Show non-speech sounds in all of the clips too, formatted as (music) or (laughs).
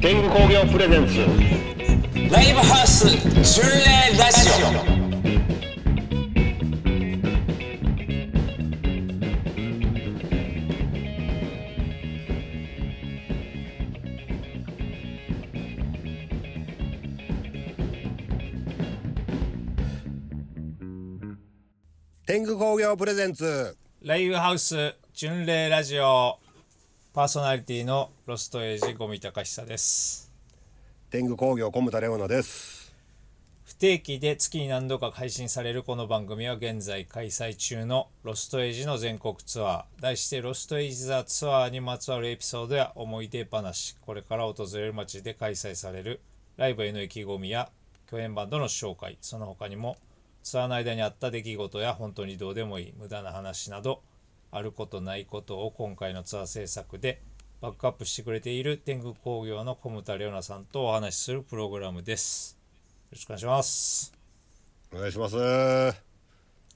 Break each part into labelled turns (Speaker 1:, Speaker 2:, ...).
Speaker 1: 天狗工業プレゼンツ
Speaker 2: ライブハウス巡礼ラジオ
Speaker 3: 天狗工業プレゼンツ
Speaker 2: ライブハウス巡礼ラジオパーソナリティのロストエイジゴミ高久です
Speaker 3: 天狗工業小牟田レオナです
Speaker 2: 不定期で月に何度か配信されるこの番組は現在開催中のロストエイジの全国ツアー題してロストエイジザツアーにまつわるエピソードや思い出話これから訪れる街で開催されるライブへの意気込みや共演バンドの紹介その他にもツアーの間にあった出来事や本当にどうでもいい無駄な話などあることないことを今回のツアー制作でバックアップしてくれている天狗工業の小牟田玲奈さんとお話しするプログラムです。よろしくお願いします。
Speaker 3: お願いします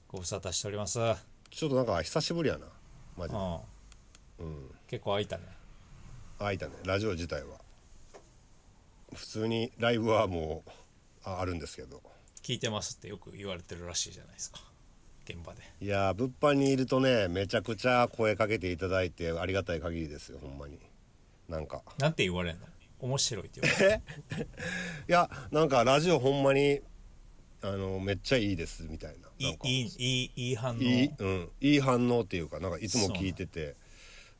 Speaker 2: ご無沙汰しております。うん。
Speaker 3: ちょっとなんか久しぶりやなマジで
Speaker 2: 結構空いたね。
Speaker 3: あいたねラジオ自体は普通にライブはもうああるんですけど
Speaker 2: 聞いてますってよく言われてるらしいじゃないですか。現場で。
Speaker 3: いやー物販にいるとねめちゃくちゃ声かけていただいてありがたい限りですよほんまになんか
Speaker 2: なんて言われんの面白いって言われ
Speaker 3: (laughs) いやなんかラジオほんまにあのめっちゃいいですみたいな (laughs) なん
Speaker 2: る
Speaker 3: か。
Speaker 2: いい、いい、いい、いい反応。
Speaker 3: いい、うん、いい反応っていうかなんかいつも聞いてて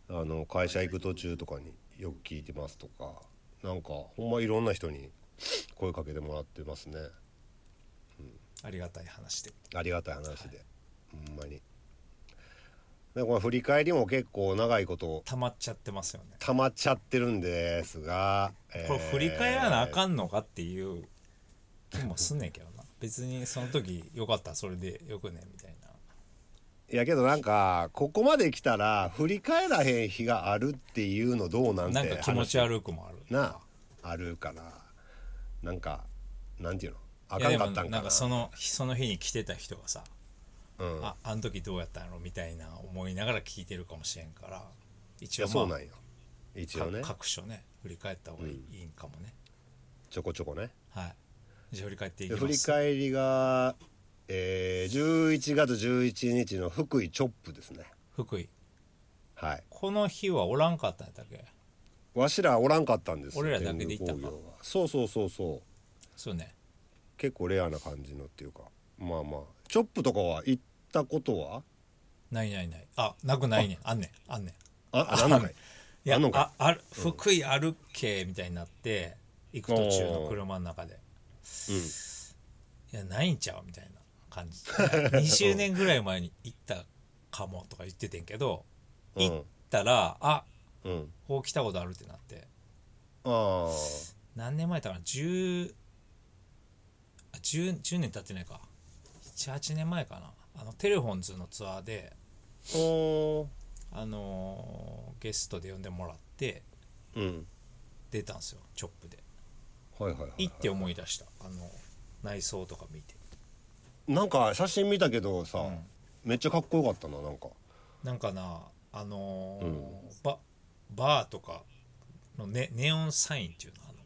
Speaker 3: あの会社行く途中とかによく聞いてますとかなんかほんまいろんな人に声かけてもらってますね
Speaker 2: ありがたい話で。
Speaker 3: ありがたい話で、ほんまにでこれ振り返りも結構長いこと
Speaker 2: 溜まっちゃってますよね。
Speaker 3: 溜まっちゃってるんですが、えー
Speaker 2: これ振り返らなあかんのかっていう気もすんねんけ
Speaker 3: (laughs)
Speaker 2: どな。別にその時よかったらそれでよくねみたいな。
Speaker 3: いやけどなんかここまで来たら振り返らへん日があるっていうのどうなんて
Speaker 2: なんか気持ち悪くもある。
Speaker 3: なああるからなんかなんていうのあ
Speaker 2: いや
Speaker 3: か
Speaker 2: で
Speaker 3: ん
Speaker 2: も
Speaker 3: かったんか
Speaker 2: な
Speaker 3: なん
Speaker 2: かそのその日に来てた人がさ、
Speaker 3: うん
Speaker 2: ああの時どうやったんやろみたいな思いながら聞いてるかもしれんから
Speaker 3: い
Speaker 2: 一
Speaker 3: や
Speaker 2: 応
Speaker 3: そうな
Speaker 2: まあ、
Speaker 3: んよ一応ね
Speaker 2: か各所ね振り返った方がいい,、ん、かもね
Speaker 3: ちょこちょこね
Speaker 2: はいじゃあ振り返っていき
Speaker 3: で
Speaker 2: ます
Speaker 3: 振り返りが、えー、11月11日の福井チョップですね
Speaker 2: 福井
Speaker 3: はい
Speaker 2: この日はおらんかったんやったっけ
Speaker 3: わしらおらんかったんですよ
Speaker 2: 俺らだけで行ったん
Speaker 3: 天
Speaker 2: か
Speaker 3: 狗工業はそうそうそうそう
Speaker 2: そうね
Speaker 3: 結構レアな感じのっていうかまあまあチョップとかは行ったことは
Speaker 2: ないないないあなくないねんあんねんあんねん
Speaker 3: ああなんのかい
Speaker 2: (laughs) いや
Speaker 3: あんのか
Speaker 2: あある福井あるけみたいになって行く途中の車の中でいやないんちゃうみたいな感じ (laughs) 20年ぐらい前に行ったかもとか言っててんけど
Speaker 3: うん
Speaker 2: 行ったらあ
Speaker 3: うんうん
Speaker 2: こう来たことあるってなって
Speaker 3: あ
Speaker 2: 何年前だったかな10あ 10, 10年経ってないか78年前かなあのテレフォンズのツアーで、
Speaker 3: あお
Speaker 2: あのーゲストで呼んでもらって
Speaker 3: うん
Speaker 2: 出たんですよチョップで
Speaker 3: はいはいはい、はい、
Speaker 2: 行って思い出したあの内装とか見て
Speaker 3: なんか写真見たけどさ、
Speaker 2: うん
Speaker 3: めっちゃかっこよかったななんか
Speaker 2: なんかなあのー
Speaker 3: うん
Speaker 2: ババーとかのネネオンサインっていうのあの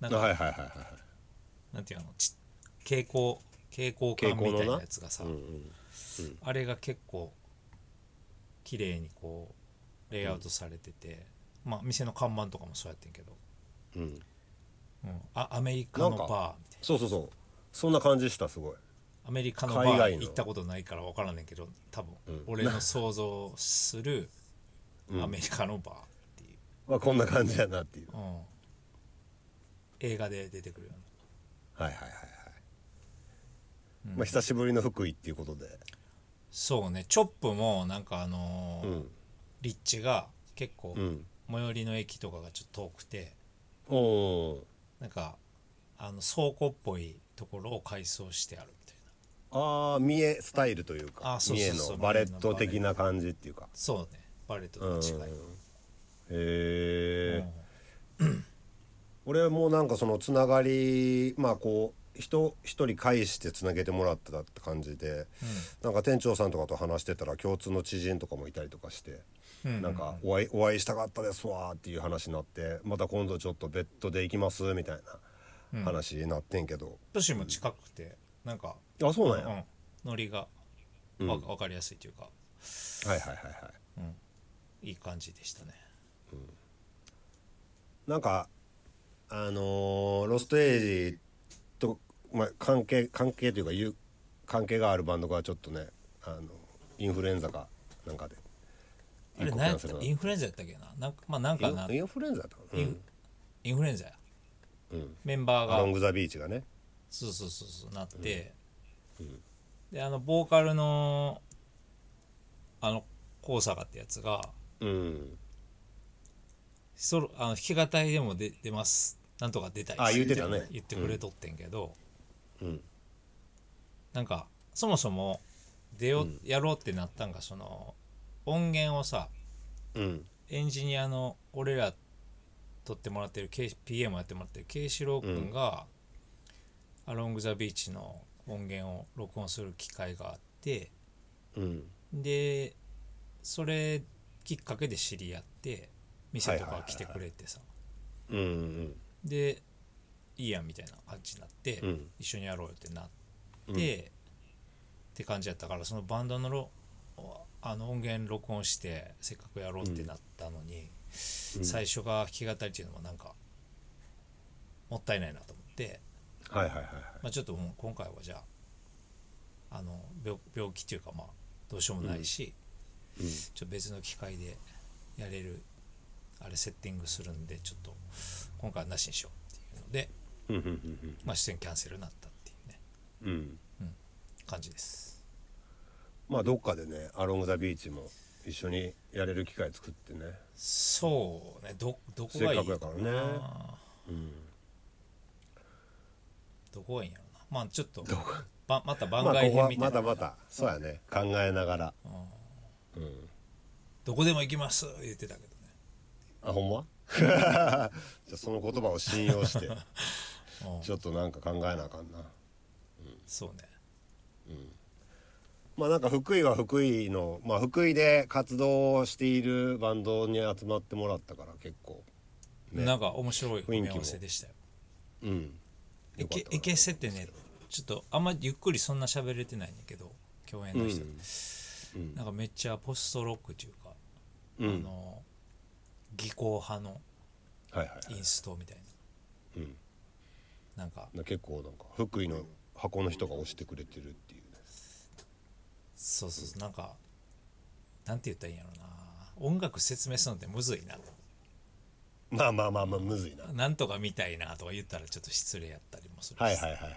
Speaker 2: なんか、
Speaker 3: はいはいはいはいはい
Speaker 2: なんていうのち蛍光蛍光管みたいなやつがさ、
Speaker 3: うんうん
Speaker 2: あれが結構綺麗にこうレイアウトされてて、まあ店の看板とかもそうやってんけど、
Speaker 3: うん
Speaker 2: うん、あアメリカのバ
Speaker 3: なん
Speaker 2: ーみたいな
Speaker 3: そうそうそうそんな感じしたすごい
Speaker 2: アメリカのバ
Speaker 3: 海
Speaker 2: ー
Speaker 3: 外の
Speaker 2: 行ったことないから分からんねんけど多分
Speaker 3: ん
Speaker 2: 俺の想像するアメリカのバーっていう、
Speaker 3: まあこんな感じやなっていう
Speaker 2: うん映画で出てくるよう
Speaker 3: はいはいはいはい、まあ久しぶりの福井っていうことで
Speaker 2: なそうねチョップもなんかあのー
Speaker 3: うん
Speaker 2: 立地が結構
Speaker 3: うん
Speaker 2: 最寄りの駅とかがちょっと遠くて
Speaker 3: おお
Speaker 2: なんかあの倉庫っぽいところを改装してあるみたいな
Speaker 3: ああ三重スタイルという
Speaker 2: あ
Speaker 3: か
Speaker 2: そう
Speaker 3: 三
Speaker 2: そう
Speaker 3: 重
Speaker 2: そう
Speaker 3: のバレット的な感じっていうか
Speaker 2: そうねバレットと近
Speaker 3: へ
Speaker 2: い、
Speaker 3: え、
Speaker 2: うん
Speaker 3: 俺もなんかそのつながりまあこう人一人介してつなげてもらってたって感じで、なんか店長さんとかと話してたら共通の知人とかもいたりとかして
Speaker 2: うん
Speaker 3: なんかお会いお会いしたかったですわーっていう話になってまた今度ちょっと別途で行きますみたいな話になってんけど、
Speaker 2: 都市も近くてなんか、
Speaker 3: あそうなん
Speaker 2: う
Speaker 3: や、はい
Speaker 2: ん、ノリがわ分かりやすいというか、
Speaker 3: はいはいはい
Speaker 2: いい感じでしたね
Speaker 3: なんかあのーロストエイジと、まあ、関係関係というかゆ関係があるバンドがちょっとねあのインフルエンザかなんかで
Speaker 2: あれ
Speaker 3: 一個
Speaker 2: 何やっ
Speaker 3: キ
Speaker 2: た
Speaker 3: ャンセル
Speaker 2: インフルエンザやったっけななんかまあなんか
Speaker 3: な
Speaker 2: な
Speaker 3: インインフルエンザだったの、うん
Speaker 2: インフルエンザや、
Speaker 3: うん
Speaker 2: メンバーが
Speaker 3: ロング・ザ・ビーチがね
Speaker 2: そうそうそうそうなって、であのボーカルのあの高坂ってやつが
Speaker 3: うん
Speaker 2: ソロあの弾き語りでも出出ますなんとか出たい
Speaker 3: あ言ってたね
Speaker 2: 言ってくれとってんけど、
Speaker 3: うん
Speaker 2: なんかそもそも出よう、やろうってなったんがその音源をさ
Speaker 3: うん
Speaker 2: エンジニアの俺ら撮ってもらってる K- PM やってもらってる慶志郎君が「アロング・ザ・ビーチ」の音源を録音する機会があって
Speaker 3: うん
Speaker 2: でそれきっかけで知り合って
Speaker 3: は
Speaker 2: 店と
Speaker 3: いはいはい
Speaker 2: か
Speaker 3: はい
Speaker 2: 来てくれてさ
Speaker 3: うんうん
Speaker 2: でいいやんみたいな感じになって、
Speaker 3: うん
Speaker 2: 一緒にやろうよってなって、って感じやったからそのバンドのロあの音源録音してせっかくやろうってなったのに、最初が弾き語りっていうのもなんかもったいないなと思って、
Speaker 3: はいはいはいはい
Speaker 2: まあ、ちょっともう今回はじゃああの病病気っていうかまあどうしようもないし、
Speaker 3: うん
Speaker 2: ちょっと別の機会でやれるあれセッティングするんでちょっと今回はなしにしようっていうので、
Speaker 3: うんうんうん
Speaker 2: まあ、出演キャンセルになったっていうね
Speaker 3: うんうん
Speaker 2: 感じです。
Speaker 3: まあどっかでねアロング・ザ・ビーチも一緒にやれる機会作ってね
Speaker 2: そうねどどこ
Speaker 3: せ
Speaker 2: が
Speaker 3: っ
Speaker 2: いい
Speaker 3: かくやからね
Speaker 2: あーどこがいいんやろなまあちょっとばまた番
Speaker 3: まあ
Speaker 2: 外
Speaker 3: ここ
Speaker 2: 編
Speaker 3: は
Speaker 2: みた
Speaker 3: ま
Speaker 2: いな、
Speaker 3: だまだそうやね考えながら
Speaker 2: どこでも行きます言ってたけどね
Speaker 3: あほんま (laughs) じゃあその言葉を信用 (laughs) して
Speaker 2: うん
Speaker 3: ちょっとなんか考えなあかんな
Speaker 2: そうね
Speaker 3: まあなんか福井は福井のまあ福井で活動をしているバンドに集まってもらったから結構
Speaker 2: なんか面白
Speaker 3: 雰囲
Speaker 2: い
Speaker 3: 気
Speaker 2: 組
Speaker 3: も
Speaker 2: み合わせでしたよ
Speaker 3: うん
Speaker 2: い
Speaker 3: よかっ
Speaker 2: け
Speaker 3: た
Speaker 2: いけせってねちょっとあんまりゆっくりそんな喋れてないんだけど共演の人、
Speaker 3: うん
Speaker 2: なんかめっちゃポストロックっていうか、
Speaker 3: うん
Speaker 2: あの技巧派の
Speaker 3: はいはい
Speaker 2: インストみたいな、
Speaker 3: うん
Speaker 2: なんか
Speaker 3: な結構なんか福井の箱の人が押してくれてるっていうね
Speaker 2: そうそうそうなんかなんて言ったらいいんやろな音楽説明するのってむずいな
Speaker 3: まあまあまあまあむずいなはい
Speaker 2: なんとかみたいなとか言ったらちょっと失礼やったりもするし、
Speaker 3: はいはいはい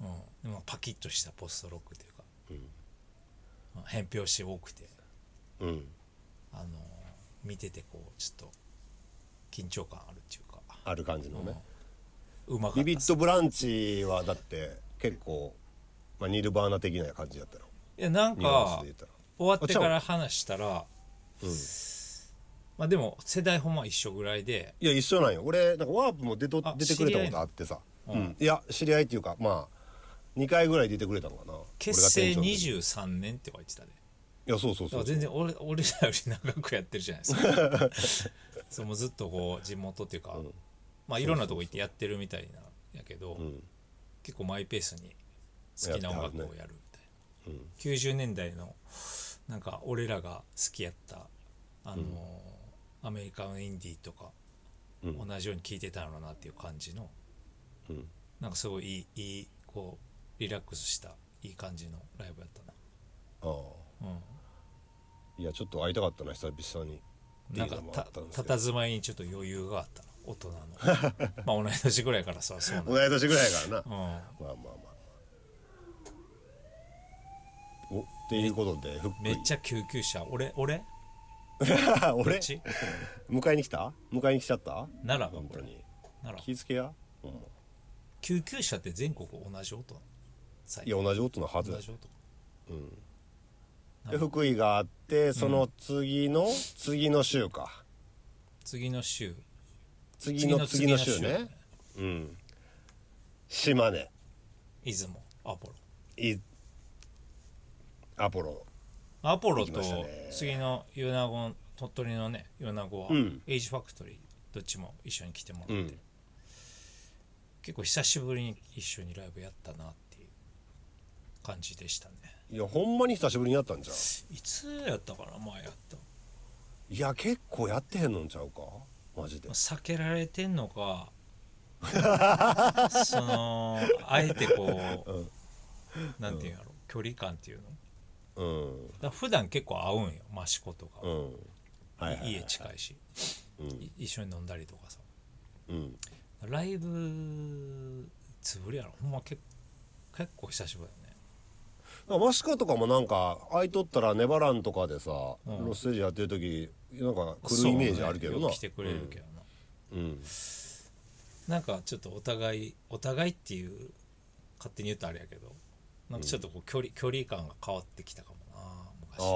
Speaker 2: うん、でもパキッとしたポストロックというか、
Speaker 3: うん
Speaker 2: まあ変拍子多くて、
Speaker 3: うん
Speaker 2: あのー見ててこうちょっと緊張感あるっていうか
Speaker 3: ある感じのね
Speaker 2: うま
Speaker 3: ビ
Speaker 2: かった
Speaker 3: ビ
Speaker 2: っ
Speaker 3: ッ
Speaker 2: す
Speaker 3: トブランチはだって結構まあニルバーナ的な感じだったの
Speaker 2: いやなん
Speaker 3: ニュアンス
Speaker 2: か
Speaker 3: で言ったら
Speaker 2: 終わってから話したらまあでも世代ほんま一緒ぐらいで
Speaker 3: いや一緒なんよ俺なんかワープも出と
Speaker 2: あ
Speaker 3: 出てくれた
Speaker 2: 知り合
Speaker 3: こ
Speaker 2: い
Speaker 3: とあってさうんいや知り合いっていうかまあ2回ぐらい出てくれたのかな
Speaker 2: 結成
Speaker 3: 俺が店長の時
Speaker 2: 23年って書いてたね
Speaker 3: いやそうそう
Speaker 2: だ
Speaker 3: そ
Speaker 2: か
Speaker 3: う
Speaker 2: ら全然俺俺らより長くやってるじゃないで
Speaker 3: (laughs)
Speaker 2: すかそうもうずっとこう地元っていうか、まあいろんなとこ行ってやってるみたいなんやけど、
Speaker 3: ん
Speaker 2: 結構マイペースに好きな音楽をやるみたいな、
Speaker 3: うん
Speaker 2: 90年代のなんか俺らが好きやったあのー、アメリカのインディーとか、
Speaker 3: うん
Speaker 2: 同じように聴いてたのなっていう感じの
Speaker 3: うん
Speaker 2: なんかすごいいいいいこうリラックスしたいい感じのライブやったな。
Speaker 3: あ
Speaker 2: うん
Speaker 3: あいやちょっと会いたかったな久々にって
Speaker 2: ないん
Speaker 3: う
Speaker 2: か
Speaker 3: のもあ
Speaker 2: た
Speaker 3: ったんです
Speaker 2: た
Speaker 3: けど
Speaker 2: たずまいにちょっと余裕があ
Speaker 3: (laughs)
Speaker 2: った大人のまあ同い年ぐらいからさそうなんだ
Speaker 3: 同い年ぐらいやからな
Speaker 2: うん、
Speaker 3: まあまあまあおっていうことで福井
Speaker 2: めっちゃ救急車俺俺どっ
Speaker 3: 俺
Speaker 2: ち
Speaker 3: 迎えに来た迎えに来ちゃった
Speaker 2: 奈良が
Speaker 3: 本
Speaker 2: こ
Speaker 3: 当
Speaker 2: れ
Speaker 3: に
Speaker 2: 奈良
Speaker 3: 気付けやほんま
Speaker 2: 救急車って全国同じ音なの最
Speaker 3: いや同じ音のはず
Speaker 2: 同
Speaker 3: だ
Speaker 2: じ音
Speaker 3: で福井があってその次の次の週か
Speaker 2: 次の週
Speaker 3: 次の次の週ねうん島根
Speaker 2: 出雲アポロ
Speaker 3: いアポロ
Speaker 2: アポロ
Speaker 3: 行きま
Speaker 2: と
Speaker 3: したね
Speaker 2: 次の米子鳥取のね米子は、
Speaker 3: うん
Speaker 2: エイジファクトリーどっちも一緒に来てもらって、
Speaker 3: うん
Speaker 2: 結構久しぶりに一緒にライブやったなっていう感じでしたね
Speaker 3: いやほんまに久しぶりにやったんじゃん
Speaker 2: いつやったかな前やった、
Speaker 3: いや結構やってへんのんちゃうかマジで
Speaker 2: まあ避けられてん
Speaker 3: (laughs)
Speaker 2: のかそのあえてこう、なんていうんやろ距離感っていうのだ
Speaker 3: うん
Speaker 2: から普段結構会うんよ益子とか、
Speaker 3: うんはいはい、はい、
Speaker 2: 家近いし、
Speaker 3: うん
Speaker 2: い一緒に飲んだりとかさ
Speaker 3: うん
Speaker 2: ライブつぶりやろほんまけ結構久しぶりだね
Speaker 3: なんかマシカとかもなんか空いとったらネバランとかでさ、
Speaker 2: うん
Speaker 3: ロステージやってる時なんか来るイメージあるけど
Speaker 2: そうねよ
Speaker 3: な
Speaker 2: く来てくれるけどな、
Speaker 3: うん、うん
Speaker 2: なんかちょっとお互いお互いっていう勝手に言うとあれやけどなんかちょっとこう距離、距離感が変わってきたかもな昔
Speaker 3: ああ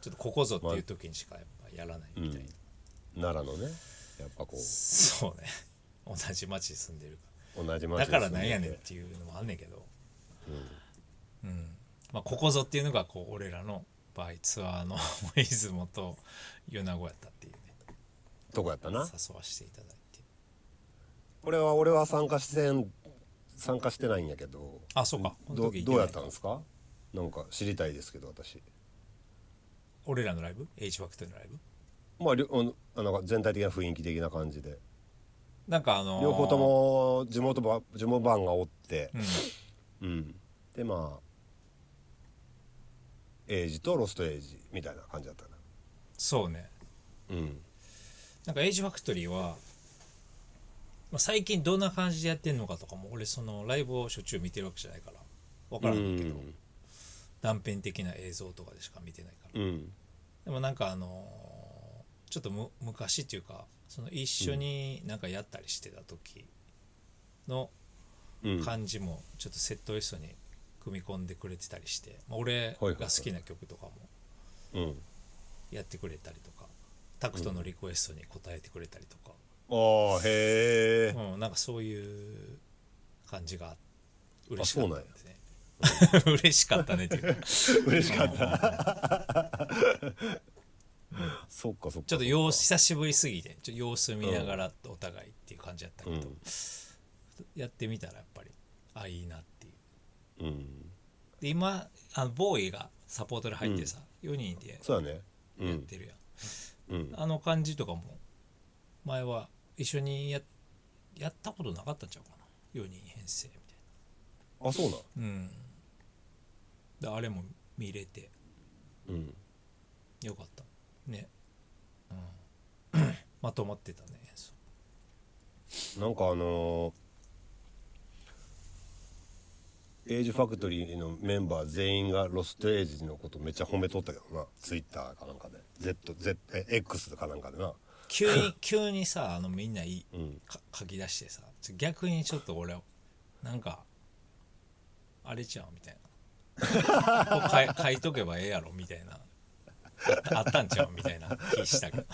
Speaker 2: ちょっとここぞっていう時にしかやっぱやらないみたいな、
Speaker 3: うん奈良のねやっぱこう
Speaker 2: そうね (laughs) 同じ町に住んでるか
Speaker 3: 同じ町に
Speaker 2: らだか
Speaker 3: 住
Speaker 2: ら
Speaker 3: で
Speaker 2: なんやねんっていうのもあんねんけどうん、まあここぞっていうのがこう俺らの場合ツアーの出雲と米子やったっていうね
Speaker 3: とこやったな
Speaker 2: 誘わせていただいて
Speaker 3: 俺は俺は参加してん参加してないんやけど
Speaker 2: あそうかこの
Speaker 3: ど
Speaker 2: 時行
Speaker 3: どう
Speaker 2: け
Speaker 3: や
Speaker 2: ない
Speaker 3: ったんですかなんか知りたいですけど私
Speaker 2: 俺らのライブ H ファクトリーのライブ
Speaker 3: まありょあのあの全体的な雰囲気的な感じで
Speaker 2: なんかあのー
Speaker 3: 両方とも地元ば地元番がおって、
Speaker 2: うん
Speaker 3: うん、でまあエイジとロストエイジみたいな感じだったな
Speaker 2: そうね
Speaker 3: うん
Speaker 2: なんか H ファクトリーは、まあ、最近どんな感じでやってんのかとかも俺そのライブをしょっちゅう見てるわけじゃないから分からんけど、
Speaker 3: うん
Speaker 2: 断片的な映像とかでしか見てないから
Speaker 3: うん
Speaker 2: でもなんかあのーちょっとむ昔っていうかその一緒になんかやったりしてた時の
Speaker 3: うん
Speaker 2: 感じもちょっとセットリストに組み込んでくれてたりして、まあ、俺が好きな曲とかも
Speaker 3: うん
Speaker 2: やってくれたりとかタクトのリクエストに応えてくれたりとか、
Speaker 3: ああへえ
Speaker 2: うんなんかそういう感じが嬉
Speaker 3: あ
Speaker 2: しか
Speaker 3: そう
Speaker 2: った
Speaker 3: なん
Speaker 2: で
Speaker 3: や
Speaker 2: すね。 (laughs) 嬉しかったねっていうか
Speaker 3: (laughs) 嬉しかったそっかそっか
Speaker 2: ちょっと様子久しぶりすぎてちょっと様子見ながらお互いっていう感じだったけど、
Speaker 3: うん
Speaker 2: やってみたらやっぱりあいいなっていう
Speaker 3: うん
Speaker 2: で今あのボーイがサポートで入ってさ、4人で
Speaker 3: そうだねう
Speaker 2: やっ
Speaker 3: ん
Speaker 2: てるやん、
Speaker 3: うん
Speaker 2: あの感じとかも前は一緒にややったことなかったんちゃうかな4人編成み
Speaker 3: あそうなん
Speaker 2: たいなうんであれも見れて
Speaker 3: うん
Speaker 2: よかったねうんまとまってたね演奏
Speaker 3: なんかあのーエイジファクトリーのメンバー全員がロストエイジのことめっちゃ褒めとったけどなツイッターかなんかで Z, Z え X かなんかでな
Speaker 2: 急
Speaker 3: (laughs)
Speaker 2: に急にさあのみんないい
Speaker 3: うん
Speaker 2: か書き出してさちょ逆にちょっと俺なんかあれちゃうみたいなこう書い
Speaker 3: (laughs)
Speaker 2: 書いとけばええやろみたいなああったんちゃうみたいな気した
Speaker 3: (laughs)
Speaker 2: けどい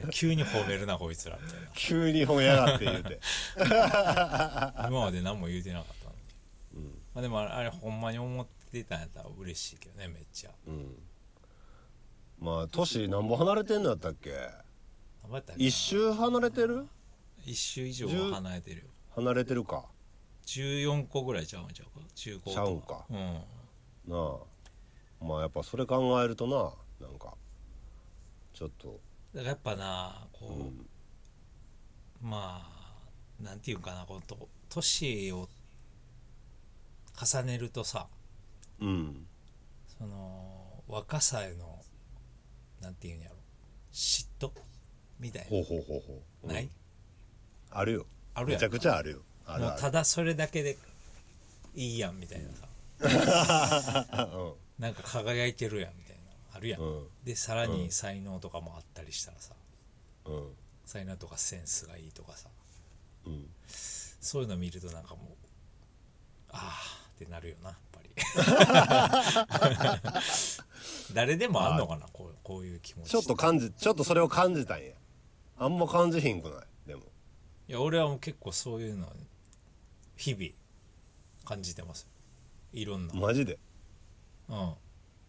Speaker 2: や急に褒めるなこいつらみたい
Speaker 3: 急に褒めやがって言う
Speaker 2: (laughs)
Speaker 3: て
Speaker 2: な今まで何も言うてなかったのに、まあ、でもあれあれほんまに思ってたんやったら嬉しいけどねめっちゃ
Speaker 3: うんまあ年何ぼ離れてんのやったっけ
Speaker 2: 頑張った
Speaker 3: 一周離れてる
Speaker 2: 一周以上は離れてるよ
Speaker 3: 離れてるか
Speaker 2: 14個ぐらいちゃうんちゃうか15個
Speaker 3: ちゃうんか
Speaker 2: うん
Speaker 3: なあまあやっぱそれ考えるとななんかちょっと
Speaker 2: だからやっぱなこう、まあなんていうかなこの年を重ねるとさ
Speaker 3: うん
Speaker 2: その若さへのなんていうんやろ嫉妬みたい
Speaker 3: ほうほうほうほう、う
Speaker 2: なんない、
Speaker 3: あるよ
Speaker 2: あるやん
Speaker 3: めちゃくちゃあるよある
Speaker 2: も
Speaker 3: あ
Speaker 2: う
Speaker 3: る
Speaker 2: ただそれだけでいいやんみたいなさ、なんか輝いてるやんみたいなあるやん、
Speaker 3: うん
Speaker 2: でさらに才能とかもあったりしたらさ
Speaker 3: うん
Speaker 2: 才能とかセンスがいいとかさ
Speaker 3: うん
Speaker 2: そういうの見るとなんかもうああってなるよなやっぱり
Speaker 3: (laughs)
Speaker 2: 誰でもあんのかなこうこういう気持ち
Speaker 3: ちょっと感じちょっとそれを感じたんやあんま感じひんくないでも
Speaker 2: いや俺はもう結構そういうの日々感じてますよいろんな
Speaker 3: マジで
Speaker 2: うん、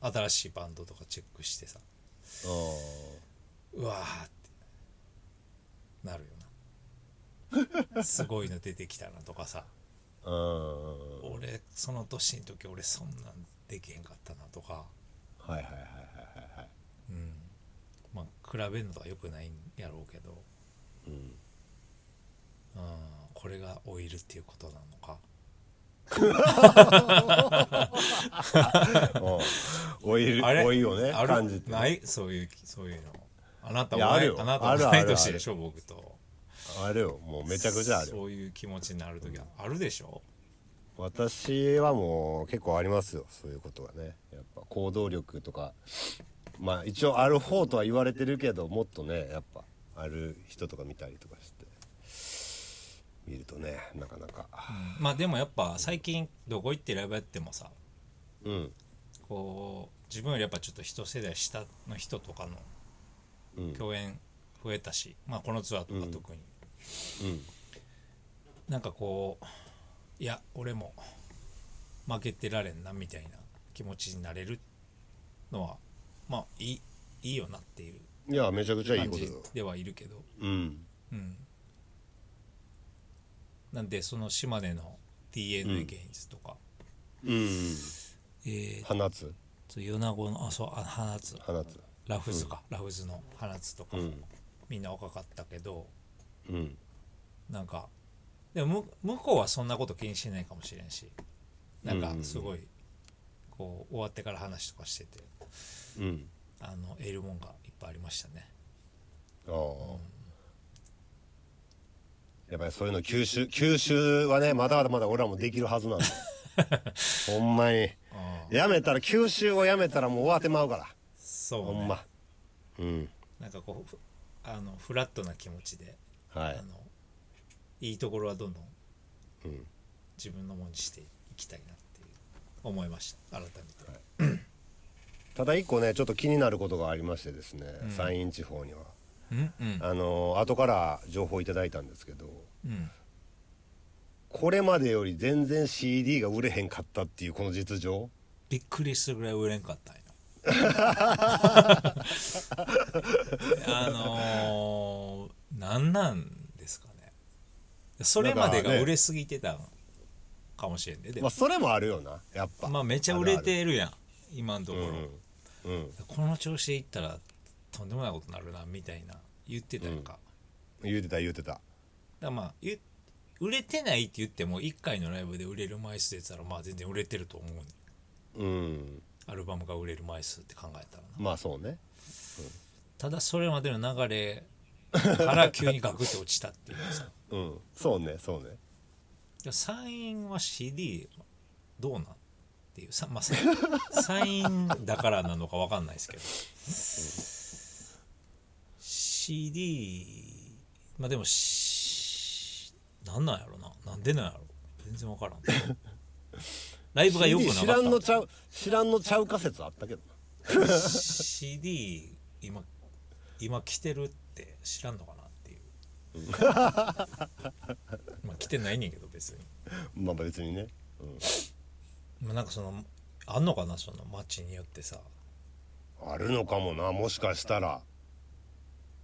Speaker 2: 新しいバンドとかチェックしてさ
Speaker 3: あ
Speaker 2: うわーってなるよ
Speaker 3: (laughs)
Speaker 2: なすごいの出てきたなとかさ
Speaker 3: あうんはい
Speaker 2: 俺その年の時俺そんなんできへんかったなとか、
Speaker 3: はいはいはいはいはい
Speaker 2: うん、まあ比べるのとかよくないんやろうけど、
Speaker 3: うん
Speaker 2: うん、これが老いるっていうことなのか
Speaker 3: うん老いる
Speaker 2: あれ
Speaker 3: 老いをね
Speaker 2: あ
Speaker 3: 感じ
Speaker 2: る
Speaker 3: て
Speaker 2: ないそういうそういうのあなた
Speaker 3: い
Speaker 2: 同い
Speaker 3: やあるよ
Speaker 2: あな
Speaker 3: あ
Speaker 2: た
Speaker 3: るあ
Speaker 2: 同
Speaker 3: る
Speaker 2: い年でしょ僕と
Speaker 3: あれよもうめちゃくちゃあるよ
Speaker 2: そういう気持ちになる時はあるでしょ
Speaker 3: 私はもう結構ありますよそういうことはねやっぱ行動力とかまあ一応ある方とは言われてるけどもっとねやっぱある人とか見たりとかして見るとねなかなか
Speaker 2: まあでもやっぱ最近どこ行ってライブやってもさ
Speaker 3: うん
Speaker 2: こう自分よりやっぱちょっと一世代下の人とかの
Speaker 3: うんうん
Speaker 2: 共演増えたし、まあこのツアーとか特に、なんかこういや俺も負けてられんなみたいな気持ちになれるのはまあいいいいよなっていう
Speaker 3: いやめちゃくちゃいい
Speaker 2: 感
Speaker 3: こと
Speaker 2: じ
Speaker 3: だよ
Speaker 2: ではいるけど
Speaker 3: うん
Speaker 2: うんなんでその島根の DNA ゲインズとか、
Speaker 3: うん
Speaker 2: えーっ
Speaker 3: 放つ
Speaker 2: と米子のあそうあ花津
Speaker 3: 放つ
Speaker 2: ラフズか、ラフズの花津とか、
Speaker 3: うん
Speaker 2: みんな若かったけど
Speaker 3: うん
Speaker 2: なんかでもむ向こうはそんなこと気にしてないかもしれんしなんかすごい、こう終わってから話とかしてて
Speaker 3: うん
Speaker 2: あの得るもんがいっぱいありましたね
Speaker 3: ああやっぱりそういうの吸収吸収はねまだまだまだ俺らもできるはず
Speaker 2: (laughs)
Speaker 3: なんだよほんまに
Speaker 2: ああ
Speaker 3: やめたら吸収をやめたらもう終わってまうから
Speaker 2: そう
Speaker 3: ほ
Speaker 2: ね
Speaker 3: んまうん
Speaker 2: なんかこうふあのフラットな気持ちで
Speaker 3: は
Speaker 2: あ
Speaker 3: い
Speaker 2: のいいところはどんどん
Speaker 3: うん
Speaker 2: 自分のものにしていきたいなっていう思いました改めて、
Speaker 3: ただ一個ねちょっと気になることがありましてですね、
Speaker 2: うん
Speaker 3: 山陰地方には
Speaker 2: うんうん
Speaker 3: あの後から情報いただいたんですけど
Speaker 2: うん
Speaker 3: これまでより全然 CD が売れへんかったっていうこの実情
Speaker 2: びっくりするぐらい売れん
Speaker 3: (laughs)
Speaker 2: かったんやあのー、なんなんですかねそれまで
Speaker 3: なんか
Speaker 2: が
Speaker 3: ね
Speaker 2: 売れすぎてたんかもしれんねで
Speaker 3: ま
Speaker 2: も
Speaker 3: あそれもあるよなやっぱ
Speaker 2: まあめちゃ売れてるやん今のと
Speaker 3: あ
Speaker 2: こ
Speaker 3: る
Speaker 2: ろ、
Speaker 3: あるうん、うん
Speaker 2: この調子でいったらとんでもないことになるなみたいな言ってたやんか、
Speaker 3: 言うてた言うてた
Speaker 2: だからまあゆ売れてないって言っても1回のライブで売れる枚数で言ったらまあ全然売れてると思うね
Speaker 3: うん
Speaker 2: アルバムが売れる枚数って考えたらな
Speaker 3: まあそうね
Speaker 2: ただそれまでの流れから急にガクって落ちたっていうさ
Speaker 3: うんそうねそうね
Speaker 2: いやサインは CD どうなんっていうさ、まあ、ササインだからなのか分かんないですけど CD まあでもしなんなんやろななんでなんやろ全然分からんライブが良くな
Speaker 3: CD
Speaker 2: かった
Speaker 3: 知らんのちゃう知らんのちゃう仮説あったけどな
Speaker 2: CD 今今来てるって知らんのかなっていうまあ来てないねんけど別に、
Speaker 3: まあ別にね
Speaker 2: まあ、なんかそのあんのかなその街によってさ
Speaker 3: あるのかもなもしかしたら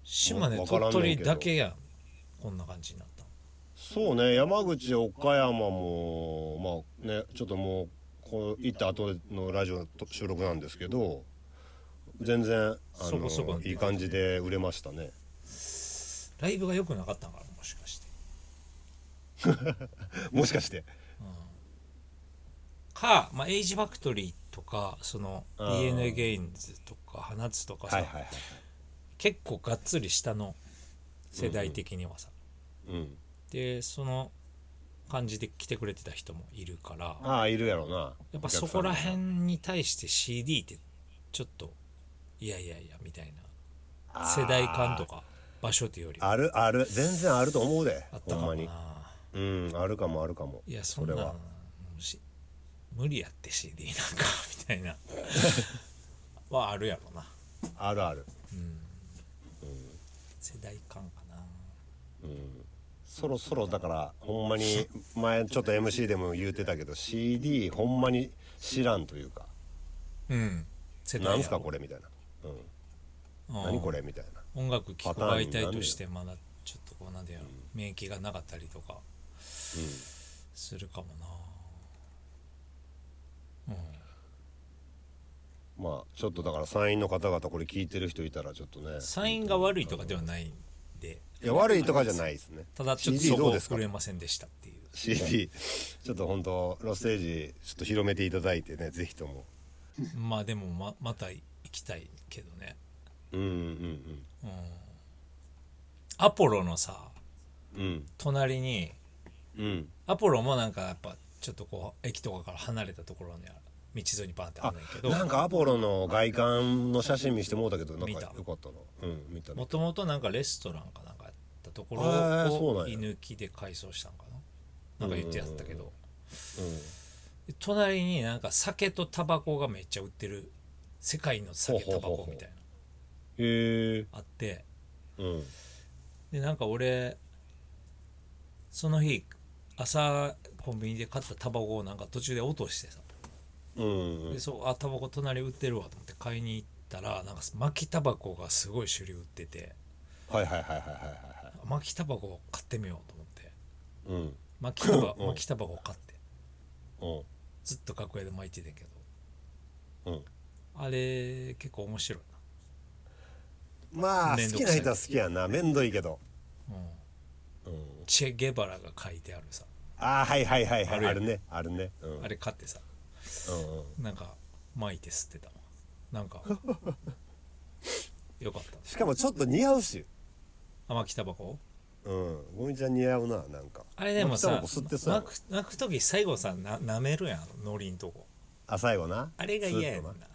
Speaker 2: 島根
Speaker 3: わからんね
Speaker 2: 鳥
Speaker 3: んけど
Speaker 2: 取だけやんこんな感じになったの
Speaker 3: そうね山口岡山もまあねちょっともうこう行った後のラジオの収録なんですけど全然あ
Speaker 2: そこ
Speaker 3: の
Speaker 2: そこ
Speaker 3: いい感じで売れましたね
Speaker 2: ライブが良くなかったんかなもしかして
Speaker 3: もしかして
Speaker 2: か、まあ、エイジファクトリーとかその
Speaker 3: あー
Speaker 2: DNA ゲインズとか花津とかさ、
Speaker 3: はいはいはい
Speaker 2: 結構がっつり下の世代的にはさ、
Speaker 3: うん
Speaker 2: でその感じで来てくれてた人もいるから
Speaker 3: ああいるやろな
Speaker 2: やっぱそこら辺
Speaker 3: ん
Speaker 2: に対して CD ってちょっといやいやいやみたいな世代間とか場所っていうよりは
Speaker 3: あるある全然あると思うで
Speaker 2: あっ
Speaker 3: ほ
Speaker 2: たか
Speaker 3: ん
Speaker 2: も
Speaker 3: まに
Speaker 2: な
Speaker 3: うんあるかもあるかも
Speaker 2: いやそんなん
Speaker 3: れは
Speaker 2: し無理やって CD なんか (laughs) みた
Speaker 3: (laughs)
Speaker 2: いなはあるやろな
Speaker 3: あるある
Speaker 2: 世代間かな
Speaker 3: そろそろだからほんまに前ちょっと MC でも言うてたけど CD ほんまに知らんというか
Speaker 2: うん世
Speaker 3: なんす
Speaker 2: や
Speaker 3: か
Speaker 2: ろ
Speaker 3: これみたいな、うん、
Speaker 2: うん
Speaker 3: 何これみたいな
Speaker 2: 音楽聴
Speaker 3: パ
Speaker 2: く
Speaker 3: ターン
Speaker 2: 媒体としてまだちょっとこうなんでやろ免疫がなかったりとかするかもなうん
Speaker 3: まあちょっとだから参院の方々これ聞いてる人いたらちょっとね
Speaker 2: サインが悪いとかではないんで
Speaker 3: いや悪いとかじゃないですね
Speaker 2: ただちょっと
Speaker 3: CD
Speaker 2: そ
Speaker 3: ど
Speaker 2: こ
Speaker 3: う
Speaker 2: を
Speaker 3: ですか
Speaker 2: 震えませんでしたっていう
Speaker 3: CD ちょっと本当ロステージちょっと広めていただいてねぜひとも
Speaker 2: まあでもままた行きたいけどね
Speaker 3: うんうん
Speaker 2: アポロのさ
Speaker 3: うんうん
Speaker 2: 隣に
Speaker 3: うん
Speaker 2: アポロもなんかやっぱちょっとこう駅とかから離れたところにある道沿いにバンってあ
Speaker 3: あ
Speaker 2: るんだけど
Speaker 3: なんかアポロの外観の写真見してもうたけどなんか
Speaker 2: 見た
Speaker 3: よかったなうん見たね
Speaker 2: もともとなんかレストランかなんかやったところ
Speaker 3: へーそう
Speaker 2: を
Speaker 3: なん
Speaker 2: 居
Speaker 3: や
Speaker 2: 抜きで改装したんかななんか言ってやったけど
Speaker 3: う
Speaker 2: で隣になんか酒とタバコがめっちゃ売ってる世界の酒タバコみたい
Speaker 3: んへえ
Speaker 2: なあって
Speaker 3: うん
Speaker 2: でなんか俺その日朝コンビニで買ったタバコをなんか途中で落としてさ
Speaker 3: うんうん
Speaker 2: でそうあタバコ隣売ってるわと思って買いに行ったらなんか巻きタバコがすごい種類売ってて
Speaker 3: はいはいはいはいはいはいはい
Speaker 2: 巻きタバコを買ってみようと思って
Speaker 3: うん
Speaker 2: 巻きタバ
Speaker 3: (laughs) うん
Speaker 2: 巻きタバコを買って
Speaker 3: うん
Speaker 2: ずっと楽屋で巻いてたけど
Speaker 3: うん
Speaker 2: あれ結構面白い
Speaker 3: まあ
Speaker 2: めん
Speaker 3: 好
Speaker 2: ど
Speaker 3: き
Speaker 2: くさ
Speaker 3: ない人は好きやなめんどいけど
Speaker 2: な、うん、
Speaker 3: うん
Speaker 2: チェ・ゲバラが書いてあるさ
Speaker 3: ああはいはいはいは
Speaker 2: ある
Speaker 3: い
Speaker 2: やん
Speaker 3: あるねあるねうん
Speaker 2: あれ買ってさ
Speaker 3: うんうん
Speaker 2: なんか巻いて吸ってたわな
Speaker 3: (laughs)
Speaker 2: んかよかった
Speaker 3: しかもちょっと似合うし
Speaker 2: 甘木タバコ
Speaker 3: うんゴミちゃん似合うななんか
Speaker 2: あれでも
Speaker 3: 巻きタバ
Speaker 2: さ
Speaker 3: コ吸ってそうや
Speaker 2: 巻
Speaker 3: もん
Speaker 2: く巻く時最後さな舐めるやんのりんとこ
Speaker 3: あ最後な
Speaker 2: あれが嫌や
Speaker 3: ス
Speaker 2: ね
Speaker 3: ッと
Speaker 2: んな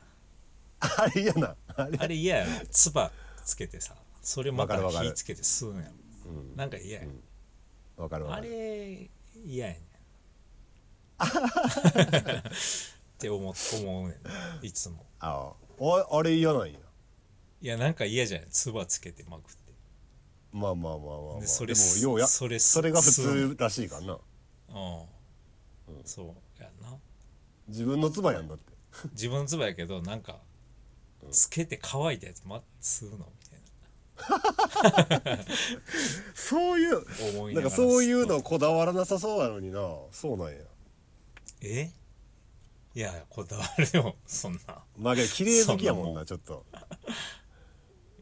Speaker 3: あれ嫌なあれ
Speaker 2: あれ嫌や
Speaker 3: (laughs)
Speaker 2: ろ唾つけてさそれまた
Speaker 3: わかるわかる
Speaker 2: 火つけて吸うんやろ
Speaker 3: うん
Speaker 2: なんか嫌やん
Speaker 3: わかるわ
Speaker 2: あ
Speaker 3: かる
Speaker 2: れ嫌や
Speaker 3: (laughs)
Speaker 2: ねんって思う思うねんいつも
Speaker 3: あああれ嫌なんや
Speaker 2: いやなんか嫌じゃない唾つけてまくって
Speaker 3: まあまあまあまあまあ
Speaker 2: でそれ
Speaker 3: でもようや
Speaker 2: そ
Speaker 3: そ
Speaker 2: れ
Speaker 3: れが普通らしいからな
Speaker 2: うん、そうやんな
Speaker 3: 自分の唾やんだって
Speaker 2: 自分の唾やけどなんかつけて乾いたやつまっ吸うのみたい
Speaker 3: そういう
Speaker 2: な思い
Speaker 3: な
Speaker 2: なんが
Speaker 3: からそういう
Speaker 2: 吸
Speaker 3: のこだわらなさそうなのになそうなんや
Speaker 2: えいやこだわるよそんな
Speaker 3: まあけど綺麗好きやもんなちょっと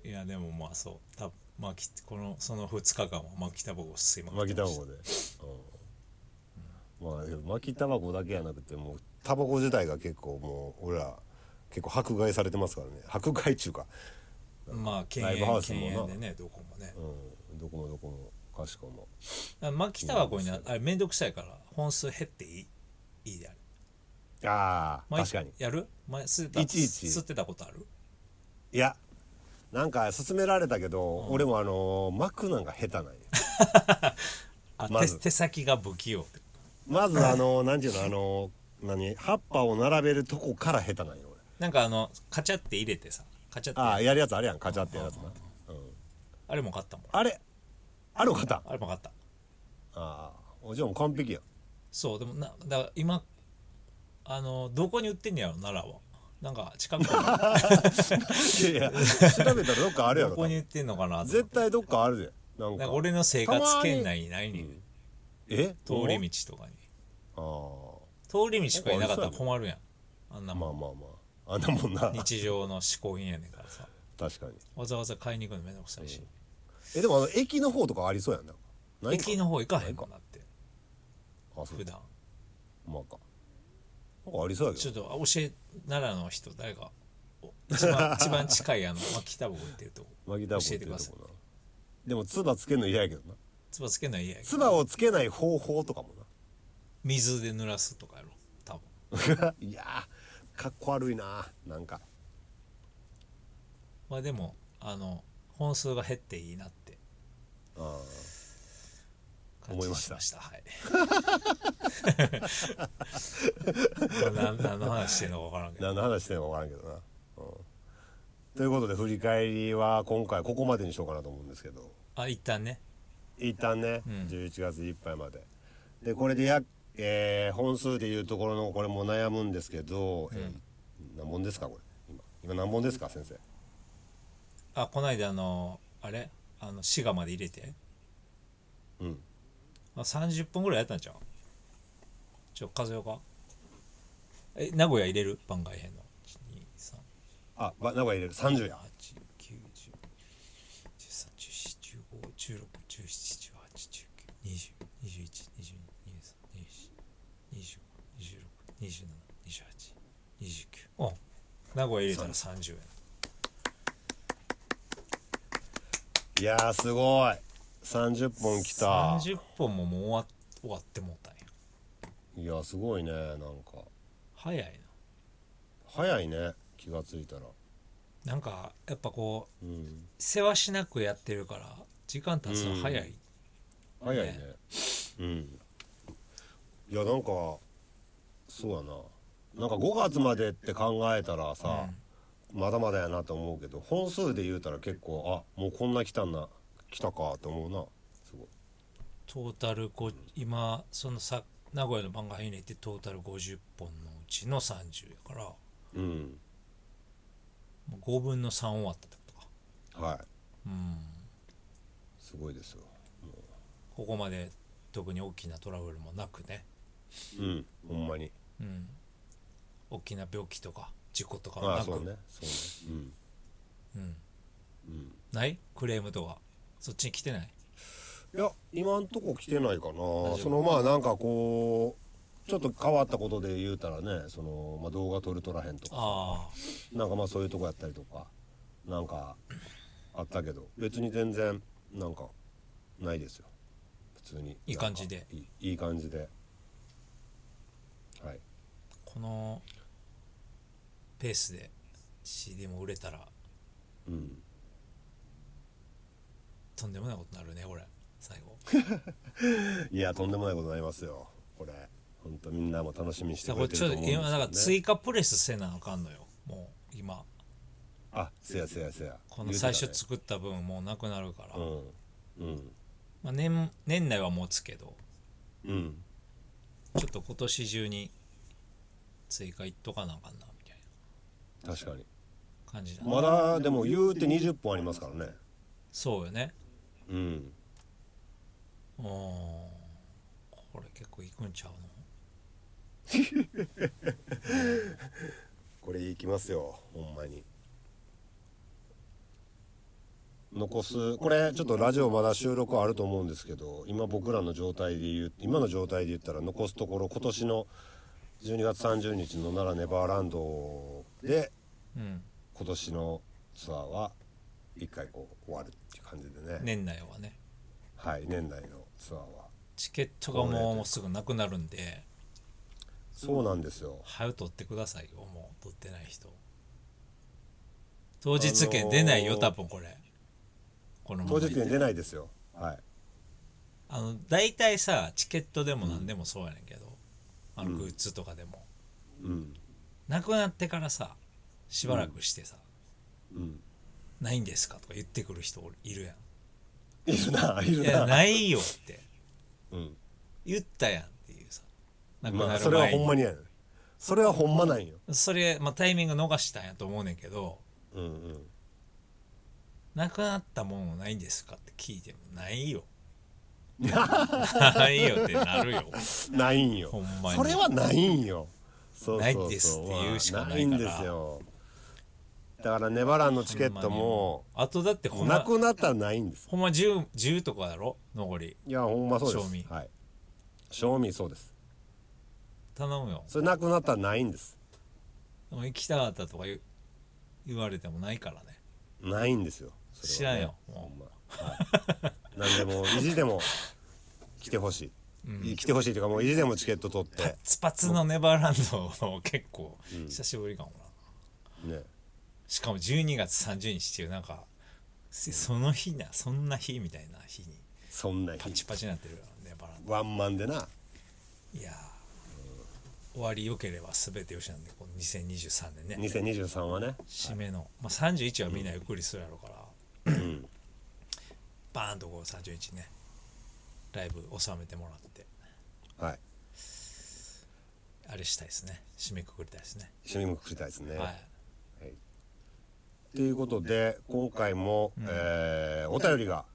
Speaker 2: いやでもまあそうたまあきこのその2日間は巻きタバコを吸いまくっ
Speaker 3: 巻
Speaker 2: て
Speaker 3: きタ
Speaker 2: ま
Speaker 3: バ
Speaker 2: した
Speaker 3: コで、うん、まあでも巻きタバコだけじゃなくてもうタバコ自体が結構もう俺ら結構迫害されてますからね迫害中か
Speaker 2: まあ禁
Speaker 3: ライブハ
Speaker 2: 煙
Speaker 3: ウスもな
Speaker 2: 禁煙でねどこもね
Speaker 3: うんどこもどこもかしこも
Speaker 2: あ巻きタバコになあれめんどくさいから本数減っていいいいであれ
Speaker 3: ああ
Speaker 2: 毎
Speaker 3: 確かに
Speaker 2: やる前吸ってた
Speaker 3: いちいち
Speaker 2: 吸ってたことある
Speaker 3: いやなんか勧められたけど、俺もあのー、巻くなんか下手なんよ
Speaker 2: あ、
Speaker 3: まず
Speaker 2: 手手先が不器用
Speaker 3: まずあのー、なんていうのあのー、何葉っぱを並べるとこから下手なんよ俺
Speaker 2: なんかあのカチャって入れてさカチャって
Speaker 3: あ
Speaker 2: あ
Speaker 3: あやるやつあるやんカチャってやるやつな、うん、
Speaker 2: れも買ったもん
Speaker 3: あれある方あ
Speaker 2: あれも買った
Speaker 3: あおじゃあもう完璧やん
Speaker 2: そうでもなだから今あのどこに売ってんねやろ奈良はなんか近くに
Speaker 3: いやいや調べたらどっかあるや
Speaker 2: ど
Speaker 3: ろ
Speaker 2: こに売ってんのかなと思って
Speaker 3: 絶対どっかあるでなん
Speaker 2: なん
Speaker 3: か
Speaker 2: か俺の生活圏内にないねん
Speaker 3: え
Speaker 2: 通り道とかに
Speaker 3: 道
Speaker 2: 通り道とかいなかったら困るやんあんな
Speaker 3: ああま
Speaker 2: も
Speaker 3: あまあまあ
Speaker 2: ん
Speaker 3: あんなもんな
Speaker 2: 日常の嗜好品やねんからさ
Speaker 3: 確かに
Speaker 2: わざわざ買いに行くのめんどくさいし、
Speaker 3: えでもあの駅の方とかありそうやんなんかないか
Speaker 2: 駅の方行かへんかなって
Speaker 3: あそう
Speaker 2: 普段
Speaker 3: まあかなんかありそうや
Speaker 2: ち
Speaker 3: け
Speaker 2: ょっとあ教え奈良の人誰かお一
Speaker 3: (laughs)
Speaker 2: 番一番近いあの巻きタバコ売ってるとこ
Speaker 3: ど巻きタバコ
Speaker 2: 教え
Speaker 3: って
Speaker 2: て
Speaker 3: い
Speaker 2: く
Speaker 3: う
Speaker 2: だ
Speaker 3: と
Speaker 2: さい
Speaker 3: こなでも唾つけるの嫌やけどな
Speaker 2: 唾つけない家やけど
Speaker 3: 唾をつけない方法とかも
Speaker 2: 水で濡らすとかやろ多分
Speaker 3: な (laughs) いやーかっこ悪いななんか
Speaker 2: まあでもあの本数が減っていいなって
Speaker 3: あ
Speaker 2: 感
Speaker 3: 思い
Speaker 2: じ
Speaker 3: ま
Speaker 2: し
Speaker 3: した
Speaker 2: ましたはい (laughs) これ何何の話してんのか分からんけど
Speaker 3: 何の話してんのか分からんけどな、うん、ということで振り返りは今回ここまでにしようかなと思うんですけど
Speaker 2: あ一旦ね
Speaker 3: 一旦ね、
Speaker 2: ん
Speaker 3: 11月いっぱいまででこれでや、えー本数でいうところのこれも悩むんですけど、え何本ですかこれ今今何本ですか先生
Speaker 2: あこないだあのあれあの滋賀まで入れて
Speaker 3: うん
Speaker 2: まあ30分ぐらいやったんちゃうちょ数えようかえ名古屋入れる番外編の123
Speaker 3: あば名古屋入れる30や
Speaker 2: 八九十十三十四十五十六十七十八十九二十二十一二十二二十三二十四二十五二十六二十七二十八二十九お名古屋入れたら三十円
Speaker 3: いやーすごい30本きた
Speaker 2: 30本ももう終わ終わってもうたんや
Speaker 3: いやすごいねなんか
Speaker 2: 早い
Speaker 3: 早いね気がついたら
Speaker 2: ななんかやっぱこう
Speaker 3: うん
Speaker 2: せわしなくやってるから時間経つの早い、
Speaker 3: 早いねうんいやなんかそうやななんか5月までって考えたらさ、まだまだやなと思うけど本数で言うたら結構あもうこんな来たんな来たかと思うなすごい
Speaker 2: トータルこう今そのさ名古屋の番外編入れてトータル50本のうちの30やから
Speaker 3: うん
Speaker 2: 5分の3終わったってことか
Speaker 3: はい
Speaker 2: うん
Speaker 3: すごいですよ
Speaker 2: ここまで特に大きなトラブルもなくね
Speaker 3: うんほんまに
Speaker 2: うん大きな病気とか事故とかも
Speaker 3: ああ
Speaker 2: なく
Speaker 3: そうねそうね
Speaker 2: うん、
Speaker 3: うんうん
Speaker 2: ないクレームとかそっちに来てない
Speaker 3: いや今んとこ来てないかな
Speaker 2: 夫
Speaker 3: そのまあなんかこうちょっと変わったことで言うたらねその、まあ、動画撮る撮らへんとか
Speaker 2: ああ
Speaker 3: なんかまあそういうとこやったりとかなんかあったけど別に全然なんかないですよ普通に
Speaker 2: いい感じで
Speaker 3: なんかいいいい感じではい
Speaker 2: このペースで CD も売れたら
Speaker 3: うん
Speaker 2: とんでもないことになるね俺最後
Speaker 3: いやとんでもないことになりますよこれ本当みんなも楽しみにして
Speaker 2: だ
Speaker 3: くれ
Speaker 2: からこ
Speaker 3: て
Speaker 2: れ
Speaker 3: ると
Speaker 2: ち
Speaker 3: 思うんで
Speaker 2: ょっと
Speaker 3: すよ、ね、
Speaker 2: 今だから追加プレスせなあかんのよもう今
Speaker 3: あせやせやせや
Speaker 2: この最
Speaker 3: 言う
Speaker 2: 初
Speaker 3: て
Speaker 2: 作った分もうなくなるから、
Speaker 3: たねうんうん
Speaker 2: まあ、年年内は持つけど
Speaker 3: うん
Speaker 2: ちょっと今年中に追加いっとかなあかんなみたい
Speaker 3: 確かに
Speaker 2: な感じだ、
Speaker 3: まだでも言うて20本ありますからね
Speaker 2: そうよね
Speaker 3: うん
Speaker 2: うんこれ結構いくんちゃうの
Speaker 3: これいきますよほんまに残すこれちょっとラジオまだ収録あると思うんですけど今僕らの状態で言う今の状態で言ったら残すところ今年の12月30日の奈良ネバーランドで
Speaker 2: うん
Speaker 3: 今年のツアーは一回こう終わるっていう感じでね
Speaker 2: 年内はね
Speaker 3: はい年内のツアーは
Speaker 2: チケットがもうもうすぐなくなるんで
Speaker 3: そうなんですよ
Speaker 2: 早く取ってくださいよもう取ってない人当日券出ないよ、
Speaker 3: あのー
Speaker 2: 多分これこのまま
Speaker 3: 当日券出ないですよはい
Speaker 2: あの大体さチケットでも何でもそうやねんけど、あのグッズとかでも、
Speaker 3: うん
Speaker 2: なくなってからさしばらくしてさ、
Speaker 3: うん
Speaker 2: ないんですかとか言ってくる人おるいるや
Speaker 3: いるな、い
Speaker 2: ん
Speaker 3: る
Speaker 2: いや
Speaker 3: な。
Speaker 2: ないよって
Speaker 3: (laughs) うん。
Speaker 2: 言ったやんっていうさなく
Speaker 3: ま
Speaker 2: な
Speaker 3: あ、そ
Speaker 2: る
Speaker 3: れは
Speaker 2: 前
Speaker 3: ほん
Speaker 2: に、
Speaker 3: まにやる。それはほんまなんよ。
Speaker 2: それ、まあ、タイミング逃したんやと思うねんけど
Speaker 3: うんうん。
Speaker 2: なくなったものないんですかって聞いてもな
Speaker 3: (laughs)
Speaker 2: いよないよってなるよ
Speaker 3: ないんよ。
Speaker 2: ほんまに
Speaker 3: それはないんよ。そうそうそう。
Speaker 2: ないですって言うしかない
Speaker 3: ま
Speaker 2: から
Speaker 3: あないんですよ。だから、ネバランのチケットも、
Speaker 2: あとだってほん
Speaker 3: な
Speaker 2: ま
Speaker 3: くなったらないんです。
Speaker 2: ほんま 10, 10とかだろ残り
Speaker 3: いや、ほんまそう
Speaker 2: 賞
Speaker 3: で
Speaker 2: 味
Speaker 3: す。はい。賞味そうです。
Speaker 2: 頼むよ
Speaker 3: それなくなったらないんです。
Speaker 2: でも行きたかったとか言う言われてもないからね
Speaker 3: ないんですよ。
Speaker 2: 知
Speaker 3: それ
Speaker 2: ら
Speaker 3: は
Speaker 2: ん
Speaker 3: ね
Speaker 2: よ
Speaker 3: ほ
Speaker 2: も
Speaker 3: んま。はい。なんでも、意地でも、来てほしい。来てほしいというか、もう意地でもチケット取っ
Speaker 2: うパッ
Speaker 3: て。
Speaker 2: ツパツのネバーランドを結構久しぶりかもな、
Speaker 3: ね。
Speaker 2: しかも12月30日っていうなんかせその日なそんな日みたいな日に
Speaker 3: そんな
Speaker 2: パ
Speaker 3: 日
Speaker 2: チパチになってるよネバーラン
Speaker 3: ワンマンでな
Speaker 2: ドいやー終わりよければ全てよしなんでこの2023年ね
Speaker 3: 2023はね
Speaker 2: 締めの、まあ、31はみんなゆっくりするやろうから、
Speaker 3: うん
Speaker 2: バーンとこう31ねライブ収めてもらって
Speaker 3: はい
Speaker 2: あれしたいですね締めくくりたいですね
Speaker 3: 一緒にもくりたいですね。
Speaker 2: はい
Speaker 3: ということで今回も、えーお便りが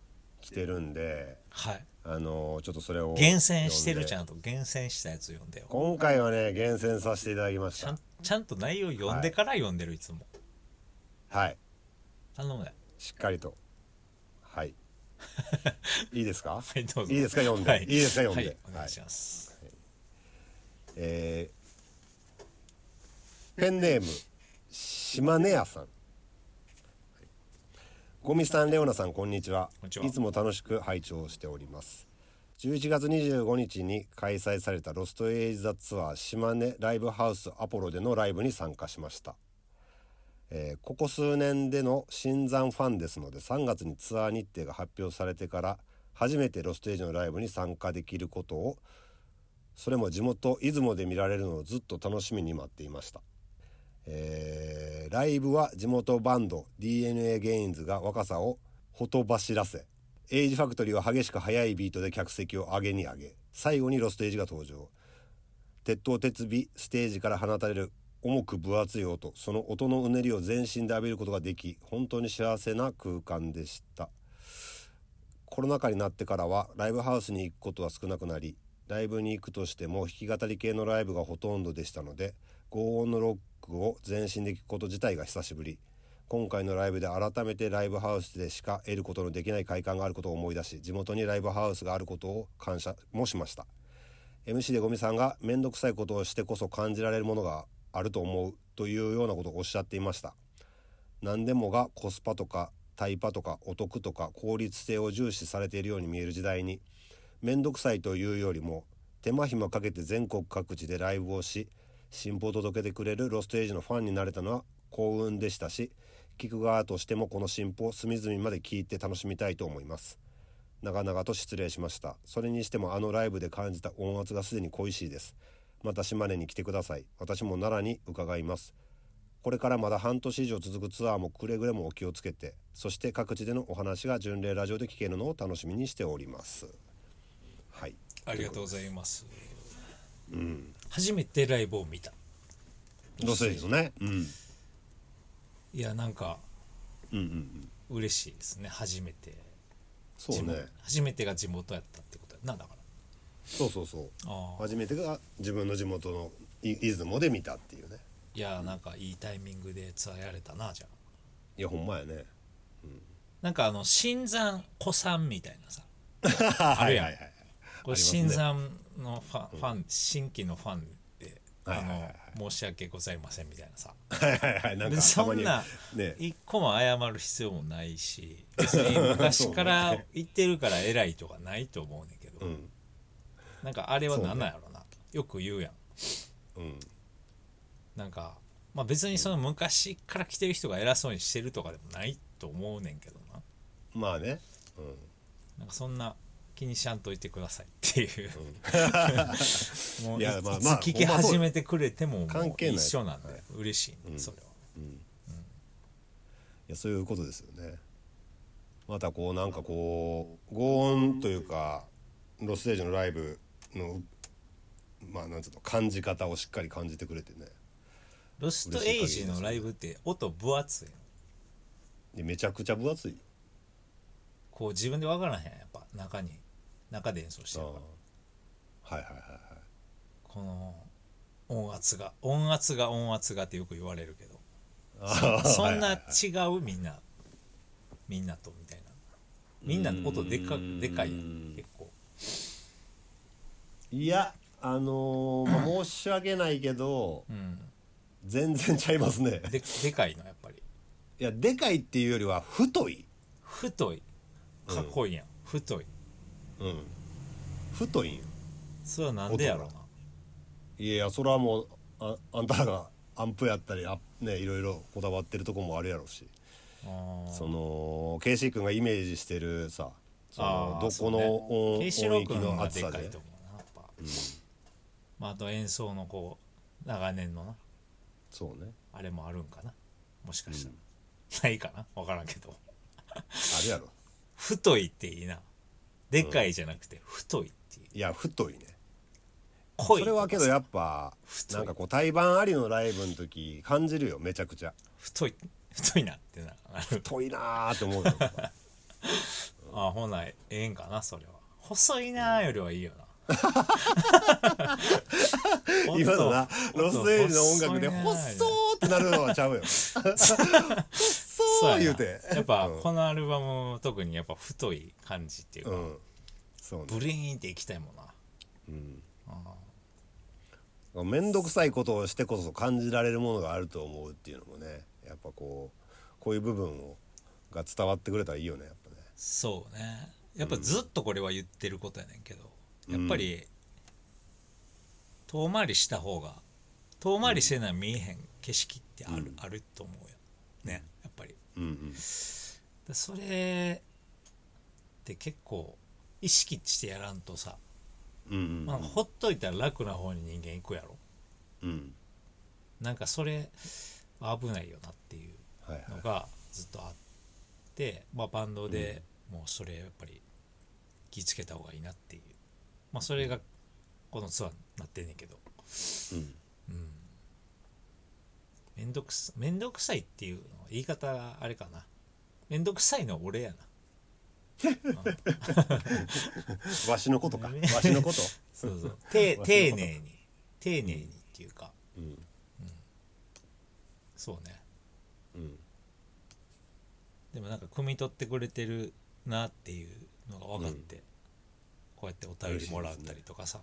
Speaker 3: 来てるんで
Speaker 2: はい
Speaker 3: あのーちょっとそれを
Speaker 2: 厳選してるち
Speaker 3: ん
Speaker 2: ゃんと厳選したやつ読んでよ
Speaker 3: 今回はね厳選させていただきまし
Speaker 2: ちゃ
Speaker 3: た
Speaker 2: んちゃんと内容読んでから読んでるいつも
Speaker 3: はい
Speaker 2: 頼むね
Speaker 3: しっかりとはい
Speaker 2: (laughs)
Speaker 3: いいですか
Speaker 2: はいどうぞ
Speaker 3: いいですか読んで、
Speaker 2: はい
Speaker 3: い、いですか読んで、
Speaker 2: はいお願いします
Speaker 3: えーペンネーム島根屋さんゴミさんレオナさんこんにちは
Speaker 2: こんにちはい
Speaker 3: つも楽しく拝聴しております11月25日に開催されたロストエイジザツアー島根ライブハウスアポロでのライブに参加しましたえーここ数年での新参ファンですので3月にツアー日程が発表されてから初めてロストエイジのライブに参加できることをそれも地元出雲で見られるのをずっと楽しみに待っていました、えーライブは地元バンド DNA ゲインズが若さをほとばしらせエイジファクトリーは激しく速いビートで客席を上げに上げ最後にロストエイジが登場鉄塔鉄尾ステージから放たれる重く分厚い音その音のうねりを全身で浴びることができ本当に幸せな空間でしたコロナ禍になってからはライブハウスに行くことは少なくなりライブに行くとしても弾き語り系のライブがほとんどでしたので轟音のロックを全身で聴くこと自体が久しぶり今回のライブで改めてライブハウスでしか得ることのできない快感があることを思い出し地元にライブハウスがあることを感謝もしました MC でゴミさんが面倒くさいことをしてこそ感じられるものがあると思うというようなことをおっしゃっていました何でもがコスパとかタイパとかお得とか効率性を重視されているように見える時代に面倒くさいというよりも手間暇かけて全国各地でライブをし進歩を届けてくれるロステージのファンになれたのは幸運でしたし聞く側としてもこの進歩を隅々まで聞いて楽しみたいと思います長々と失礼しましたそれにしてもあのライブで感じた音圧がすでに恋しいですまた島根に来てください私も奈良に伺いますこれからまだ半年以上続くツアーもくれぐれもお気をつけてそして各地でのお話が巡礼ラジオで聞けるのを楽しみにしておりますはい
Speaker 2: ありがとうございます、初めてライブを見た
Speaker 3: ロスエイジのね、うん、うん
Speaker 2: いやなんか
Speaker 3: うんうん
Speaker 2: 嬉しいですね初めて
Speaker 3: そう
Speaker 2: 地
Speaker 3: ね
Speaker 2: 元初めてが地元やったってことやなんだから
Speaker 3: そうそうそう
Speaker 2: あー
Speaker 3: 初めてが自分の地元のい出雲で見たっていうね
Speaker 2: いやなんかいいタイミングでツアーやれたなじゃあ
Speaker 3: いやほんまやね
Speaker 2: なんかあの新山古参みたいなさ (laughs) あるやん、
Speaker 3: はいはいはい
Speaker 2: こ
Speaker 3: あり
Speaker 2: れ
Speaker 3: ますね
Speaker 2: 新参のファン,、ファン新規のファンで、
Speaker 3: はいはいはいはい
Speaker 2: あの申し訳ございませんみたいなさ
Speaker 3: はいはいはいなんかた
Speaker 2: そ
Speaker 3: ま
Speaker 2: ん
Speaker 3: に
Speaker 2: な
Speaker 3: ね
Speaker 2: 一個も謝る必要もな
Speaker 3: (laughs)
Speaker 2: いし別に昔から言ってるから偉いとかないと思うねんけど、
Speaker 3: ん
Speaker 2: なんかあれは何なんやろな、よく言うやん
Speaker 3: うん
Speaker 2: なんか、まあ、別にその昔から来てる人が偉そうにしてるとかでもないと思うねんけどな
Speaker 3: まあねうん
Speaker 2: なんかそんな気にしゃんといてくださいっていう、 (laughs) もうい
Speaker 3: いやまあ
Speaker 2: いつ
Speaker 3: まあ
Speaker 2: 聞き
Speaker 3: ほんまそう
Speaker 2: 始めてくれてももう
Speaker 3: 関係ない
Speaker 2: 一緒なんで嬉しいね、それは、
Speaker 3: いやそういうことですよねまたこうなんかこう轟音というかロスステージのライブのまあなんつうの感じ方をしっかり感じてくれてね
Speaker 2: ロストエイジのライブって音分厚いの
Speaker 3: でめちゃくちゃ分厚いよ
Speaker 2: こう自分で分からへんやっぱ中に中で演奏してるから
Speaker 3: あーはいはいはいはい
Speaker 2: この音圧が音圧が音圧がってよく言われるけど
Speaker 3: あー
Speaker 2: そん
Speaker 3: は
Speaker 2: ない
Speaker 3: はい
Speaker 2: 違うみんなみんなとみたいなみんな音でかでかいやん結構
Speaker 3: いやあのーまあ申し訳ないけど、全然ちゃいますね
Speaker 2: ででかいのやっぱり
Speaker 3: いやでかいっていうよりは太い
Speaker 2: 太いかっこいいやん、太い
Speaker 3: うん太いんよ
Speaker 2: それはなんでやろう
Speaker 3: 音いやそれはもうああんたらがアンプやったりあねいろいろこだわってるとこもあるやろうし、
Speaker 2: なあー
Speaker 3: そのケイシー君がイメージしてるさその
Speaker 2: あー
Speaker 3: ど
Speaker 2: そ
Speaker 3: こ
Speaker 2: うね
Speaker 3: の音,、
Speaker 2: ケイシ
Speaker 3: 音
Speaker 2: ロ
Speaker 3: 域
Speaker 2: 君
Speaker 3: の
Speaker 2: が
Speaker 3: 厚
Speaker 2: で
Speaker 3: さ
Speaker 2: か
Speaker 3: で
Speaker 2: いと思うなやっぱ、まあ、あと演奏のこう長年のな
Speaker 3: そうね
Speaker 2: あれもあるんかなもしかしたら、ないかな分からんけど
Speaker 3: あるやろ
Speaker 2: 太いっていいなでかいじゃなくて太いっていう
Speaker 3: いや太いね
Speaker 2: 濃い
Speaker 3: それはけどやっぱなんかこう対バンありのライブの時感じるよめちゃくちゃ
Speaker 2: 太い太いなってな
Speaker 3: 遠いなーって
Speaker 2: (laughs)
Speaker 3: 思うよやっぱ
Speaker 2: あほなええんかなそれは細いなーよりはいいよな (laughs)
Speaker 3: 今のな
Speaker 2: 音
Speaker 3: ロスエイジの音楽で「
Speaker 2: 細い
Speaker 3: ほっ
Speaker 2: な
Speaker 3: そー」ってなるのはちゃうよ
Speaker 2: (laughs)
Speaker 3: 「ほっそ
Speaker 2: そ
Speaker 3: ー」
Speaker 2: うやな
Speaker 3: 言うて
Speaker 2: やっぱ
Speaker 3: うん
Speaker 2: このアルバム特にやっぱ太い感じっていう
Speaker 3: う
Speaker 2: か、
Speaker 3: んそうね
Speaker 2: ブリーンっていきたいもんな
Speaker 3: 面倒くさいことをしてこそ感じられるものがあると思うっていうのもねやっぱこうこういう部分をが伝わってくれたらいいよねやっぱね
Speaker 2: そうねやっぱずっとこれは言ってることやねんけど、やっぱり遠回りした方が遠回りせな見えへん景色ってある,、あると思うよねやっぱり
Speaker 3: うんうん
Speaker 2: だそれって結構意識してやらんとさ、
Speaker 3: うん
Speaker 2: まあ、ほっといたら楽な方に人間行くやろ
Speaker 3: うんうん
Speaker 2: なんかそれ危ないよなっていう
Speaker 3: はいは
Speaker 2: の
Speaker 3: い
Speaker 2: がずっとあって、まあ、バンドでもうそれやっぱり気ぃつけた方がいいなっていう、まあ、それがこのツアーになってんねんけど
Speaker 3: うん
Speaker 2: めんどくさめんどくさいっていうの言い方があれかなめんどくさいのは俺やな
Speaker 3: わしのこと
Speaker 2: (laughs)
Speaker 3: かわしのこと
Speaker 2: そ
Speaker 3: (laughs)
Speaker 2: うそうて丁寧に丁寧にっていうか
Speaker 3: うん
Speaker 2: そうね
Speaker 3: うん
Speaker 2: でもなんか汲み取ってくれてるなっていうのが分かって、こうやってお便りもらったりとかさ、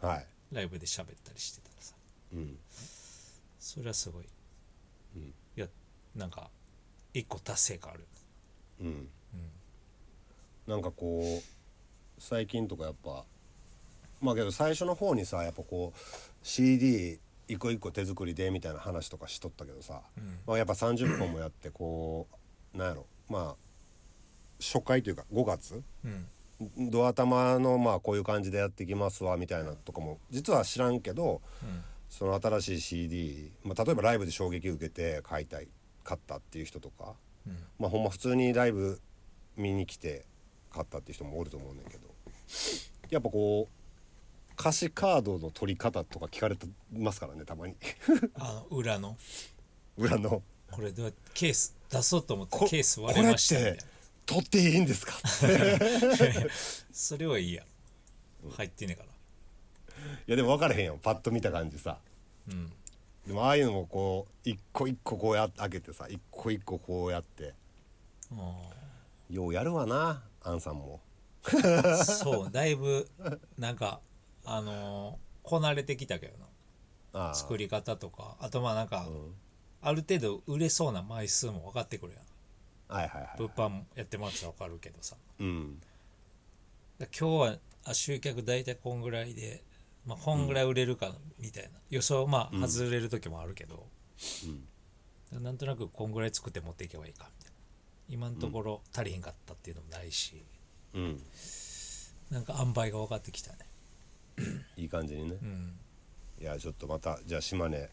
Speaker 3: はい
Speaker 2: ライブで喋ったりしてたらさ
Speaker 3: うん
Speaker 2: それはすごい、
Speaker 3: うん
Speaker 2: いやなんか一個達成感あ
Speaker 3: (laughs)
Speaker 2: る
Speaker 3: うんなんかこう最近とかやっぱまあけど最初の方にさやっぱこう CD 一個一個手作りでみたいな話とかしとったけどさ、
Speaker 2: うん
Speaker 3: まあ、やっぱ30本もやってこうなんやろまあ初回というか5月
Speaker 2: うん
Speaker 3: ドア玉のまあこういう感じでやってきますわみたいなとかも実は知らんけど
Speaker 2: うん
Speaker 3: その新しい CD、まあ、例えばライブで衝撃受けて買いたい買ったっていう人とか
Speaker 2: うん
Speaker 3: まあほんま普通にライブ見に来て買ったっていう人もおると思うねんだけどやっぱこう歌詞カードの取り方とか聞かれてますからねたまに (laughs)
Speaker 2: あの裏の
Speaker 3: 裏の
Speaker 2: これではケース出そうと思って
Speaker 3: こ
Speaker 2: ケース割れましたみたいな
Speaker 3: これって取っていいんですか (laughs) って
Speaker 2: (laughs) それはいいやろ入ってねえから
Speaker 3: いやでも分からへんよパッと見た感じさ
Speaker 2: うん
Speaker 3: でもああいうのもこう一個一個こうや開けてさ一個一個こうやってようやるわなアンさんも
Speaker 2: あーそうだいぶなんかあのーこなれてきたけどな
Speaker 3: ああ
Speaker 2: 作り方とかあとまあなんか、
Speaker 3: ん
Speaker 2: ある程度売れそうな枚数も分かってくるやん
Speaker 3: はいはいはい
Speaker 2: 物販やってもらったら分かるけどさ
Speaker 3: うん
Speaker 2: だ今日はあ集客大体こんぐらいで、まあ、こんぐらい売れるかみたいな、予想まあ外れる時もあるけど、なんとなくこんぐらい作って持っていけばいいかみたいな今のところ足りへんかったっていうのもないし、
Speaker 3: うん
Speaker 2: なんか塩梅が分かってきたね
Speaker 3: いい感じにね、いやちょっとまたじゃあ島根、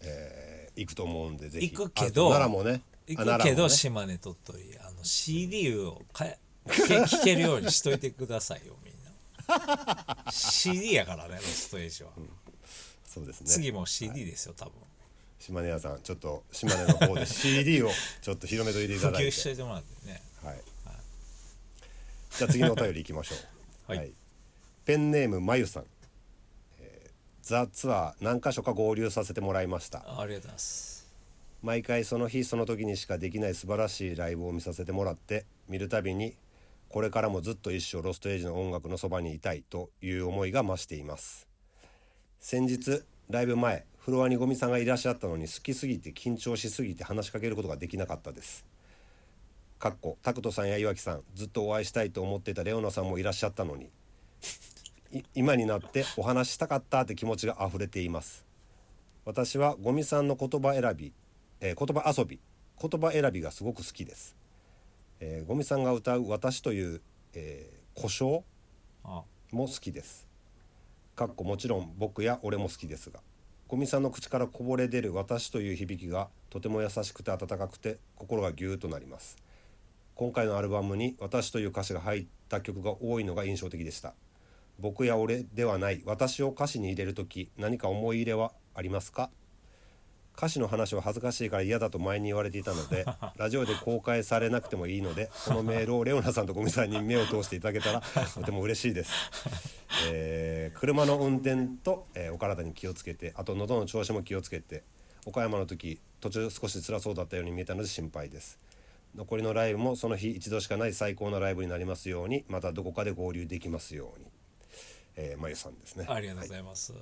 Speaker 3: えー行くと思うんでぜひ
Speaker 2: 行くけど
Speaker 3: あ奈良もね
Speaker 2: 行
Speaker 3: あ
Speaker 2: く
Speaker 3: 奈
Speaker 2: け
Speaker 3: 良も
Speaker 2: ど
Speaker 3: ね
Speaker 2: 島根鳥取あの CD をかえ聞け (laughs) 聞けるようにしといてくださいよみんな CD やからねロストエイジは、
Speaker 3: そうですね
Speaker 2: 次も CD ですよ多分
Speaker 3: 島根屋さんちょっと島根の方
Speaker 2: (laughs)
Speaker 3: で CD をちょっと広めといてい
Speaker 2: 普
Speaker 3: ただい
Speaker 2: 及
Speaker 3: て
Speaker 2: しといてもらってね
Speaker 3: はい、じゃあ次のお便りいきましょう
Speaker 2: (laughs) はい
Speaker 3: ペンネームまゆさん、えーザ・ツアー何箇所か合流させてもらいました
Speaker 2: あありがとうございます
Speaker 3: 毎回その日その時にしかできない素晴らしいライブを見させてもらって見るたびにこれからもずっと一生ロストエイジの音楽のそばにいたいという思いが増しています先日ライブ前フロアにゴミさんがいらっしゃったのに好きすぎて緊張しすぎて話しかけることができなかったですかっこタクトさんや岩木さんずっとお会いしたいと思っていたレオナさんもいらっしゃったのにい今になってお話ししたかったって気持ちが溢れています私はゴミさんの言葉選び、えー言葉遊び言葉選びがすごく好きです、えーゴミさんが歌う「私」という、えー故障
Speaker 2: あ
Speaker 3: も好きですかっこもちろん僕や俺も好きですがゴミさんの口からこぼれ出る「私」という響きがとても優しくて温かくて心がギューッとなります今回のアルバムに「私」という歌詞が入った曲が多いのが印象的でした僕や俺ではない私を歌詞に入れる時何か思い入れはありますか歌詞の話は恥ずかしいから嫌だと前に言われていたの
Speaker 2: (laughs)
Speaker 3: でラジオで公開されなくてもいいのでこのメールをレオナさんとゴミさんに目を通していただけ
Speaker 2: (laughs)
Speaker 3: たらとても嬉しいです、えー車の運転と、えーお体に気をつけてあと喉の調子も気をつけて岡山の時途中少し辛そうだったように見えたので心配です残りのライブもその日一度しかない最高のライブになりますようにまたどこかで合流できますように、えー、まゆさんですね
Speaker 2: ありがとうございます、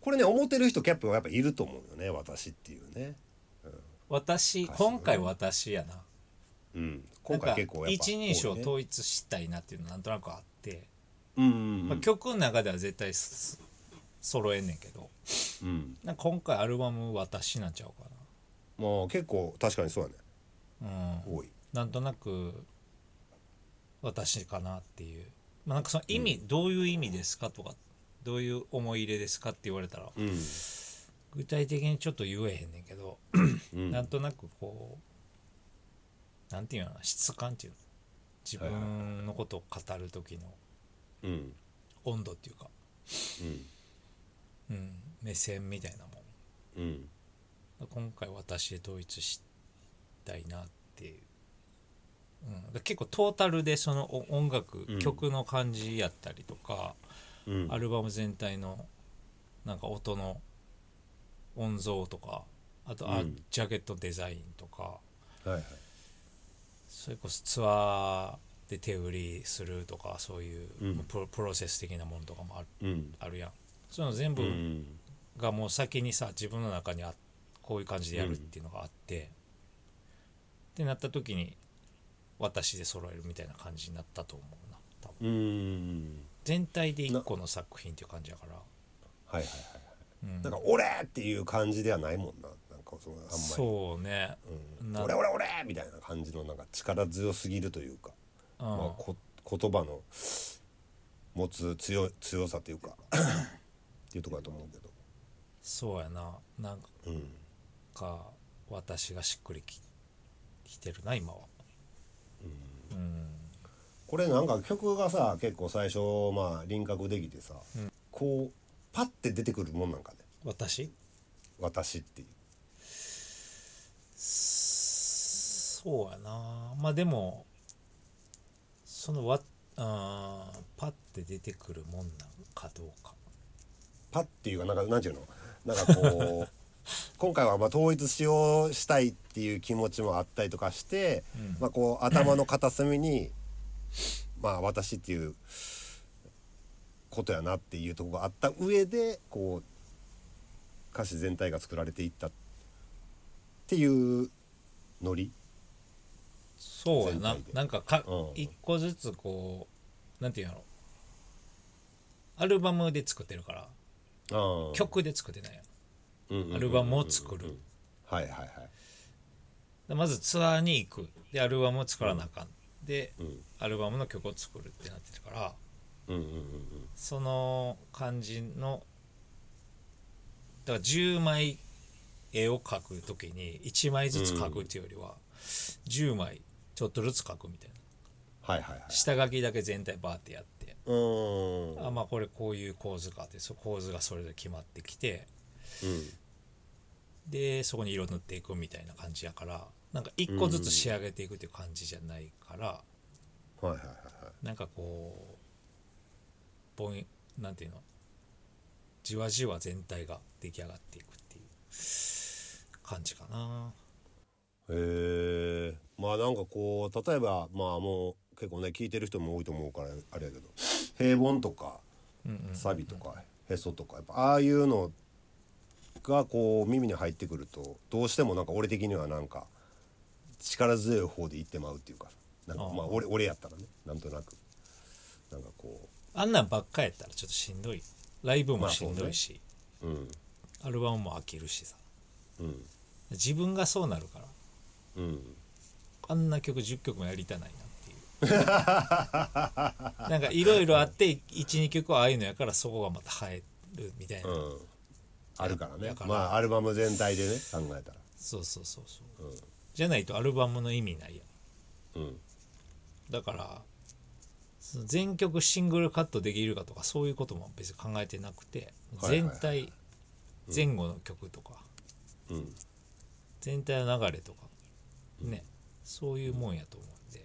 Speaker 3: これね思ってる人キャップはやっぱいると思うよね私っていうね
Speaker 2: 私今回私やな
Speaker 3: うん今回結構やっぱ
Speaker 2: なんか一人称
Speaker 3: 多いね
Speaker 2: 統一したいなっていうのなんとなくあって、
Speaker 3: うんうんう
Speaker 2: まあ、
Speaker 3: ん
Speaker 2: 曲の中では絶対す揃えんねんけど
Speaker 3: うん
Speaker 2: なんか今回アルバム「私」なんちゃうか
Speaker 3: まあ結構確かにそうだね
Speaker 2: なうん
Speaker 3: 多い
Speaker 2: なんとなく私かなっていう、まあ、なんかその意味、どういう意味ですかとかどういう思い入れですかって言われたら
Speaker 3: うん
Speaker 2: 具体的にちょっと言えへんねんけど、
Speaker 3: うん
Speaker 2: なんとなくこうなんていうのかな質感っていうの自分のことを語る時の
Speaker 3: うん
Speaker 2: 温度っていうか、うん、目線みたいなも
Speaker 3: うんうん
Speaker 2: ん今回私で統一したいなっていう、うん、だから結構トータルでそのお音楽、
Speaker 3: うん
Speaker 2: 曲の感じやったりとか
Speaker 3: うん
Speaker 2: アルバム全体のなんか音の音像とかあと、あ
Speaker 3: うん
Speaker 2: ジャケットデザインとか
Speaker 3: はいはい
Speaker 2: それこそツアーで手売りするとかそういう、
Speaker 3: うん
Speaker 2: プロプロセス的なものとかもある
Speaker 3: うん
Speaker 2: あるやんそういうの全
Speaker 3: う
Speaker 2: 部
Speaker 3: ん
Speaker 2: がもう先にさ自分の中にあこういう感じでやるっていうのがあって、ってなった時に私で揃えるみたいな感じになったと思うな多分
Speaker 3: うん
Speaker 2: 全体で一個の作品っていう感じやから、
Speaker 3: はいはいはい
Speaker 2: うん
Speaker 3: なんか「俺!」っていう感じではないもんななんかそのあんまり
Speaker 2: そうね、
Speaker 3: うん
Speaker 2: な
Speaker 3: 俺俺俺!」みたいな感じのなんか力強すぎるというか、
Speaker 2: うん
Speaker 3: まあ、こ言葉の持つ強い強さという
Speaker 2: (laughs)
Speaker 3: かっていうところだと思うけど
Speaker 2: そうやななん
Speaker 3: うん
Speaker 2: か私がしっくりききてるな今はうん
Speaker 3: これなんか曲がさ結構最初まあ輪郭できてさ、こうパッて出てくるもんなんかね
Speaker 2: 私
Speaker 3: 「私」っていう。
Speaker 2: そうやなまあでもそのわあーパッて出てくるもんなんかどうか
Speaker 3: パッっていうかなんかなんていうのなんか
Speaker 2: (laughs)
Speaker 3: こう今回はまあ統一しようしたいっていう気持ちもあったりとかして、
Speaker 2: うん
Speaker 3: まあこう頭の片隅にまあ私っていうことやなっていうところがあった上でこう歌詞全体が作られていったっていうノリ
Speaker 2: そうやな
Speaker 3: 全体で
Speaker 2: なんかか、
Speaker 3: うん
Speaker 2: 一個ずつこうなんていうんやろアルバムで作ってるから曲で作ってないやんアルバムを作る
Speaker 3: はいはいはい
Speaker 2: でまずツアーに行くでアルバムを作らなあかん、で
Speaker 3: うん
Speaker 2: アルバムの曲を作るってなってるから
Speaker 3: うんうん
Speaker 2: その感じのだから10枚絵を描くときに1枚ずつ描くっていうよりは10枚ちょっとずつ描くみたいな
Speaker 3: はいはいはい
Speaker 2: 下書きだけ全体バーってやって
Speaker 3: うーん
Speaker 2: あまあこれこういう構図かってそ構図がそれぞれ決まってきて
Speaker 3: うん
Speaker 2: でそこに色塗っていくみたいな感じやからなんか1個ずつ仕上げていくっていう感じじゃないから
Speaker 3: はいはいはいはい
Speaker 2: なんかこうぼんなんていうのじわじわ全体が出来上がっていくっていう感じかな
Speaker 3: へえまあなんかこう例えばまあもう結構ね聞いてる人も多いと思うからあれやけど平凡とかサビとかへそとかやっぱああいうのがこう耳に入ってくるとどうしてもなんか俺的にはなんか力強い方で言ってまうっていうかなんかまあ俺俺やったらねなんとなくなんかこ
Speaker 2: あんなんばっかやったらちょっとしんどいライブ
Speaker 3: ま
Speaker 2: も
Speaker 3: あ
Speaker 2: しんどいし、
Speaker 3: ううん
Speaker 2: アルバムも飽きるしさ
Speaker 3: うん
Speaker 2: 自分がそうなるから
Speaker 3: うん
Speaker 2: あんな曲10曲もやりたないなっていうなんかいろいろあって12曲はああいうのやからそこがまた映えるみたいな、
Speaker 3: うんあるからね
Speaker 2: だから
Speaker 3: まあアルバム全体でね考えたら
Speaker 2: そうそうそうそう、
Speaker 3: うん
Speaker 2: じゃないとアルバムの意味ないやん
Speaker 3: うん
Speaker 2: だからその全曲シングルカットできるかとかそういうことも別に考えてなくて
Speaker 3: はいはい
Speaker 2: 全
Speaker 3: はい
Speaker 2: 体前後の曲とか
Speaker 3: うん
Speaker 2: 全体の流れとかねそういうもんやと思うんでっ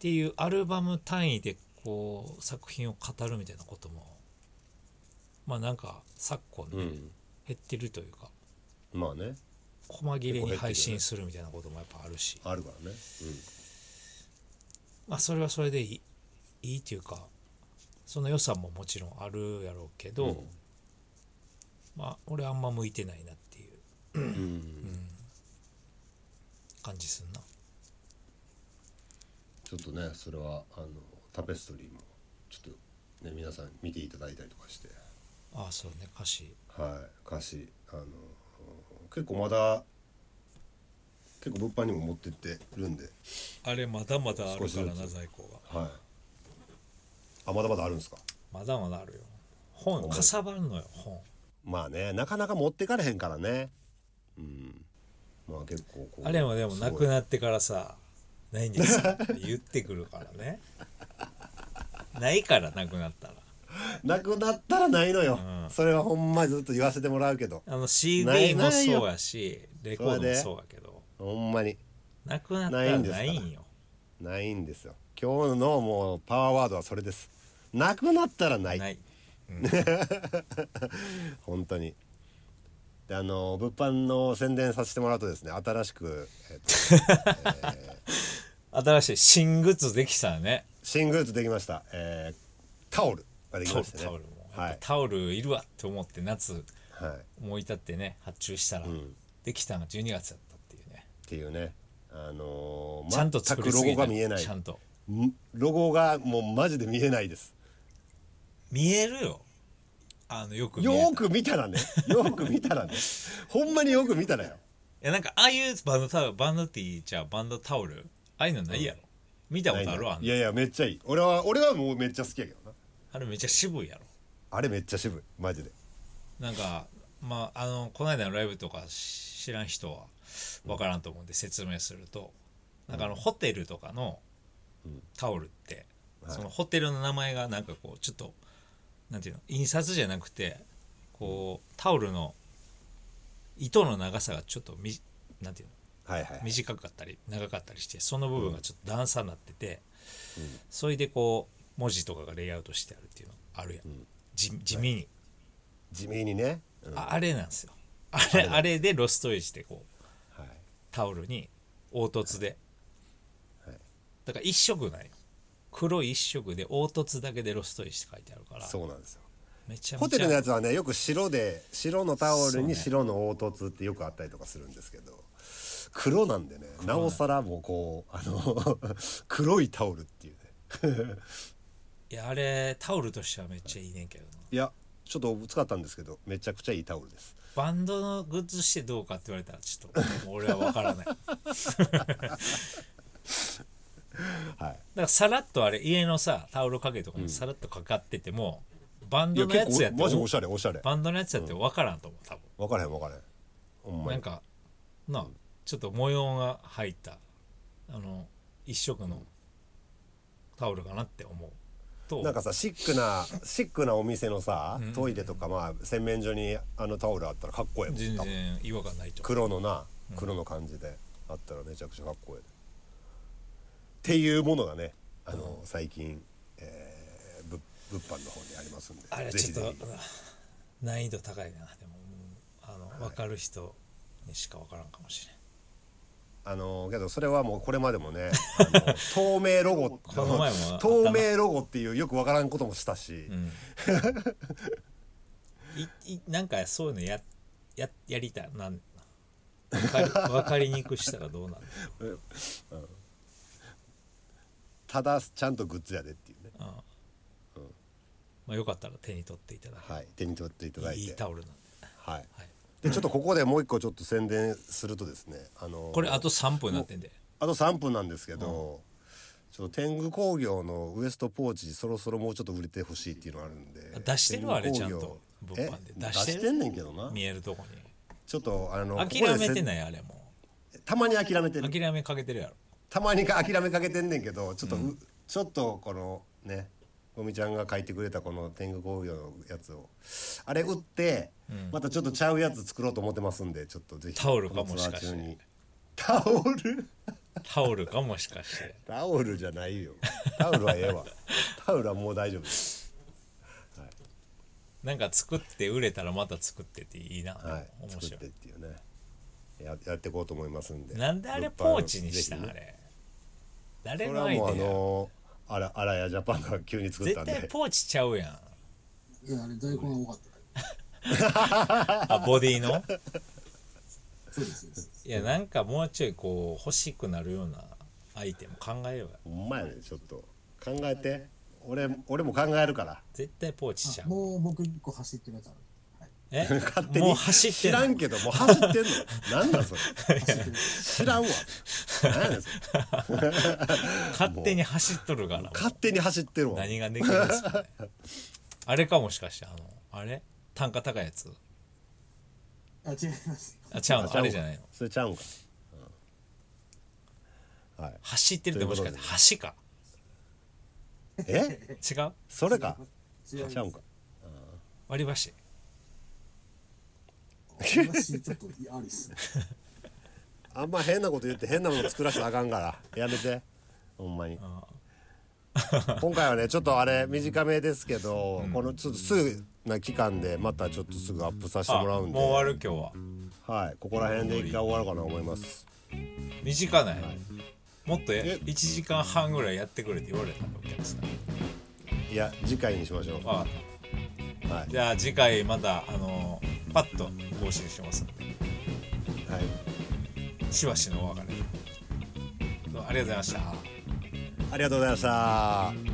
Speaker 2: ていうアルバム単位でこう作品を語るみたいなこともまあなんか昨今
Speaker 3: う
Speaker 2: ね
Speaker 3: ん
Speaker 2: 減ってるというか
Speaker 3: まあね
Speaker 2: 細切れ
Speaker 3: 結構減って
Speaker 2: に
Speaker 3: るよね
Speaker 2: 配信するみたいなこともやっぱあるし
Speaker 3: あるからね
Speaker 2: まあそれはそれでいいいいというかその良さももちろんあるやろうけど、
Speaker 3: うん
Speaker 2: まあ俺あんま向いてないなっていう
Speaker 3: うん、うん、
Speaker 2: 感じすんな
Speaker 3: ちょっとねそれはあのタペストリーもちょっとね皆さん見ていただいたりとかして
Speaker 2: ああそうね歌詞
Speaker 3: はい歌詞あの結構まだ結構物販にも持ってってるんで
Speaker 2: あれまだまだあるか
Speaker 3: 少
Speaker 2: ら
Speaker 3: し
Speaker 2: な
Speaker 3: ずつ
Speaker 2: 在庫が
Speaker 3: はいあまだまだあるんですか
Speaker 2: まだまだあるよ本かさばるのよ本
Speaker 3: まあねなかなか持ってかれへんからねうんまあ結構こう
Speaker 2: あれもでも
Speaker 3: す
Speaker 2: な
Speaker 3: ごい
Speaker 2: くなってからさないんですよって言ってくるからねないからなくなったら
Speaker 3: なくなったらないのよ、
Speaker 2: うん
Speaker 3: それはほんまずっと言わせてもらうけど
Speaker 2: あの
Speaker 3: ない
Speaker 2: CD もそうやしレコードもそうやけど
Speaker 3: ほんまに
Speaker 2: なくなったらない
Speaker 3: ないん
Speaker 2: んよ
Speaker 3: ないんですよ今日のもうパワーワードはそれですなくなったらない
Speaker 2: ない
Speaker 3: (laughs) 本当にであの物販の宣伝させてもらうとですね新しく、え
Speaker 2: (laughs)
Speaker 3: っと、
Speaker 2: 新しい新グッズできたね
Speaker 3: 新グッズできました、えータオルができ
Speaker 2: タオ
Speaker 3: ま
Speaker 2: ル
Speaker 3: したね
Speaker 2: タオルも、
Speaker 3: は
Speaker 2: やっぱ
Speaker 3: い、
Speaker 2: タオルいるわって思って夏
Speaker 3: はい、っ
Speaker 2: 思い立ってね発注したら、
Speaker 3: ん
Speaker 2: できたのが12月だったっていうね
Speaker 3: ていうねあのー
Speaker 2: ちゃんと
Speaker 3: 全
Speaker 2: 作
Speaker 3: く
Speaker 2: り
Speaker 3: ロ
Speaker 2: す
Speaker 3: ゴ
Speaker 2: ぎ
Speaker 3: が
Speaker 2: た
Speaker 3: 見えない
Speaker 2: ちゃんと
Speaker 3: んロゴがもうマジで見えないです
Speaker 2: 見えるよあのよく見え
Speaker 3: よ
Speaker 2: た
Speaker 3: ーく見たらねよーく見たらねほんまによく見たらよ
Speaker 2: いやなんかああいうバンドタオルバンドティーじゃあバンドタオルああいうのないやろ、見たことあるわあん
Speaker 3: い
Speaker 2: な
Speaker 3: やいやめっちゃいい俺は俺はもうめっちゃ好きやけどな
Speaker 2: あれめっちゃ渋いやろ
Speaker 3: あれめっちゃ渋いマジで
Speaker 2: なんかまああのこの間のライブとかし知らん人は分からんと思うんで説明すると、なんかあのホテルとかの
Speaker 3: うん
Speaker 2: タオルって、
Speaker 3: はい
Speaker 2: そのホテルの名前がなんかこうちょっとなんていうの印刷じゃなくてこうタオルの糸の長さがちょっとみなんていうの
Speaker 3: はいはいはい
Speaker 2: 短かったり長かったりしてその部分がちょっと段差になってて、それでこう文字とかがレイアウトしてあるっていうのあるやん、
Speaker 3: ん
Speaker 2: 地地味に、
Speaker 3: 地味にね、うんは
Speaker 2: ああれなんですよあれあれでロストエイジでこう
Speaker 3: い、
Speaker 2: タオルに凹凸で、
Speaker 3: はいはい
Speaker 2: だから一色ないよ黒い一色で凹凸だけでロストエイジって書いてあるから
Speaker 3: そうなんですよ
Speaker 2: めちゃ
Speaker 3: ホ
Speaker 2: め
Speaker 3: テ
Speaker 2: ち
Speaker 3: ルのや
Speaker 2: ゃ
Speaker 3: つはねよく白で白のタオル
Speaker 2: そう
Speaker 3: に
Speaker 2: ね
Speaker 3: 白の凹凸ってよくあったりとかするんですけど黒なんでねなおさらもうこうあの (laughs) 黒いタオルっていうね (laughs)
Speaker 2: いやあれタオルとしてはめっちゃいいねんけどない
Speaker 3: やちょっと使ったんですけどめちゃくちゃいいタオルです
Speaker 2: バンドのグッズしてどうかって言われたらちょっともう俺は
Speaker 3: (laughs)
Speaker 2: 分からないだか
Speaker 3: はい
Speaker 2: らさらっとあれ家のさタオル掛けとかにさらっとかかってても、バン
Speaker 3: いや
Speaker 2: ドのや
Speaker 3: 結
Speaker 2: つやっ
Speaker 3: 構
Speaker 2: て
Speaker 3: マジおしゃれおしゃれ
Speaker 2: バンドのやつやって分からんと思う多分
Speaker 3: 分からへん分からへんほんま
Speaker 2: なん
Speaker 3: に
Speaker 2: かなあちょっと模様が入ったあの一色のタオルかなって思うと
Speaker 3: なんかさシックなシックなお店のさ
Speaker 2: うん
Speaker 3: トイレとかまあ洗面所にあのタオルあったらかっこええもん
Speaker 2: 全然違和感ないと思う
Speaker 3: 黒のな黒の感じであったらめちゃくちゃかっこいい、っていうものがねあの最近、えー、ぶ物販の方にありますんで
Speaker 2: あれ
Speaker 3: ぜひ
Speaker 2: ちょっ
Speaker 3: ぜ
Speaker 2: と難易度高いなでもあの分かる人にしか分からんかもしれん
Speaker 3: あのけどそれはもうこれまでも
Speaker 2: (laughs)
Speaker 3: ねあの透明ロゴ
Speaker 2: この前も
Speaker 3: 透明ロゴっていうよくわからんこともしたし、
Speaker 2: いいなんかそういうのやややりたいなん分かりわかりにくくしたらどうなる
Speaker 3: ただちゃんとグッズやでっていうね、
Speaker 2: まあよかったら手に取っていただけ
Speaker 3: はい、手に取っていただいて
Speaker 2: いいタオルなんで、
Speaker 3: はい、
Speaker 2: はい、
Speaker 3: でちょっとここでもう一個ちょっと宣伝するとですねあの
Speaker 2: これあと3分になってんで
Speaker 3: あと3分なんですけど、ちょっと天狗工業のウエストポーチそろそろもうちょっと売れてほしいっていうのがあるんで
Speaker 2: あ出してるわあ
Speaker 3: 天
Speaker 2: れちゃ
Speaker 3: 狗
Speaker 2: ん
Speaker 3: 工業
Speaker 2: と物販で
Speaker 3: え出
Speaker 2: 出
Speaker 3: し
Speaker 2: しててる
Speaker 3: んねんけどな
Speaker 2: 見えるとこ
Speaker 3: ちょっとあのここ
Speaker 2: に
Speaker 3: で
Speaker 2: 諦めて
Speaker 3: い
Speaker 2: ないあれも
Speaker 3: たまに諦めてる
Speaker 2: 諦めかけてるやろ
Speaker 3: たまにか諦めかけてんねんけどちょっとう、ちょっとこのねゴミちゃんが書いてくれたこの天狗工業のやつをあれ打って、またちょっとちゃうやつ作ろうと思ってますんでちょっとぜひ
Speaker 2: タオルか
Speaker 3: この
Speaker 2: もしかして
Speaker 3: ツアー中にタオル
Speaker 2: タオルかもしかして
Speaker 3: タオルじゃないよタオルはええわタオルはもう大丈夫です
Speaker 2: なんか作って売れたらまた作ってっていいな、
Speaker 3: はい、
Speaker 2: 面
Speaker 3: 作
Speaker 2: 白
Speaker 3: っ
Speaker 2: い
Speaker 3: てっていうねややっていこうと思いますんで
Speaker 2: なんであれポーチにしたん、あれ
Speaker 3: そ
Speaker 2: 誰
Speaker 3: れ
Speaker 2: の
Speaker 3: は
Speaker 2: アイデ
Speaker 3: もうあのーあ
Speaker 2: ア
Speaker 3: らあらやジャパンが急に作った
Speaker 2: 絶
Speaker 3: ん
Speaker 2: 対
Speaker 3: で
Speaker 2: ポーチちゃうやん
Speaker 1: いやあれ大根が多かったから
Speaker 2: あボディ
Speaker 3: (laughs)
Speaker 2: の
Speaker 1: そうですそうです
Speaker 2: いやなんかもうちょいこう欲しくなるようなアイテム考えようや
Speaker 3: ほんまやねちょっと考えて俺俺も考えるから
Speaker 2: 絶対ポーチちゃ
Speaker 1: あ
Speaker 2: う
Speaker 1: もう僕一個走ってくれたら、はい、
Speaker 3: (laughs)
Speaker 2: え
Speaker 3: 勝手に
Speaker 2: もう走って
Speaker 3: 知ら
Speaker 2: ん
Speaker 3: ん
Speaker 2: の
Speaker 3: けどもう走ってんのなんだそれ
Speaker 1: 走ってくれた
Speaker 3: 知らんわ何やねんそれ
Speaker 2: 勝手に走っとるからもう
Speaker 3: 勝手に走ってるわ
Speaker 2: 何ができるんですかねあれかもしかしてあのあれ単価高いやつ
Speaker 1: らあ違います
Speaker 2: あちゃうのあれじゃないの
Speaker 3: それちゃうんか、うんはい、
Speaker 2: 走ってるってもしかして橋か
Speaker 3: え
Speaker 2: 違う
Speaker 3: それか
Speaker 1: 違います
Speaker 3: ちゃうんか
Speaker 2: 割り箸
Speaker 1: 私ちょっとありっすね
Speaker 3: あんま変なこと言って変なもの作らせたらあかんからやめてほんまに今回はねちょっとあれ短めですけど、このちょっとすぐな期間でまたちょっとすぐアップさせて
Speaker 2: あ
Speaker 3: もら
Speaker 2: も
Speaker 3: う
Speaker 2: うん
Speaker 3: で
Speaker 2: 終わる今日は
Speaker 3: はいここら辺で一回終わろうかな思います
Speaker 2: 短ない、もっとや
Speaker 3: え
Speaker 2: 1時間半ぐらいやってくれって言われたのお客さん
Speaker 3: いや次回にしましょう
Speaker 2: あ
Speaker 3: はい
Speaker 2: じゃあ次回またあのパッと更新しますんで
Speaker 3: はい、
Speaker 2: しばしのお別れどうもありがとうございました
Speaker 3: ありがとうございました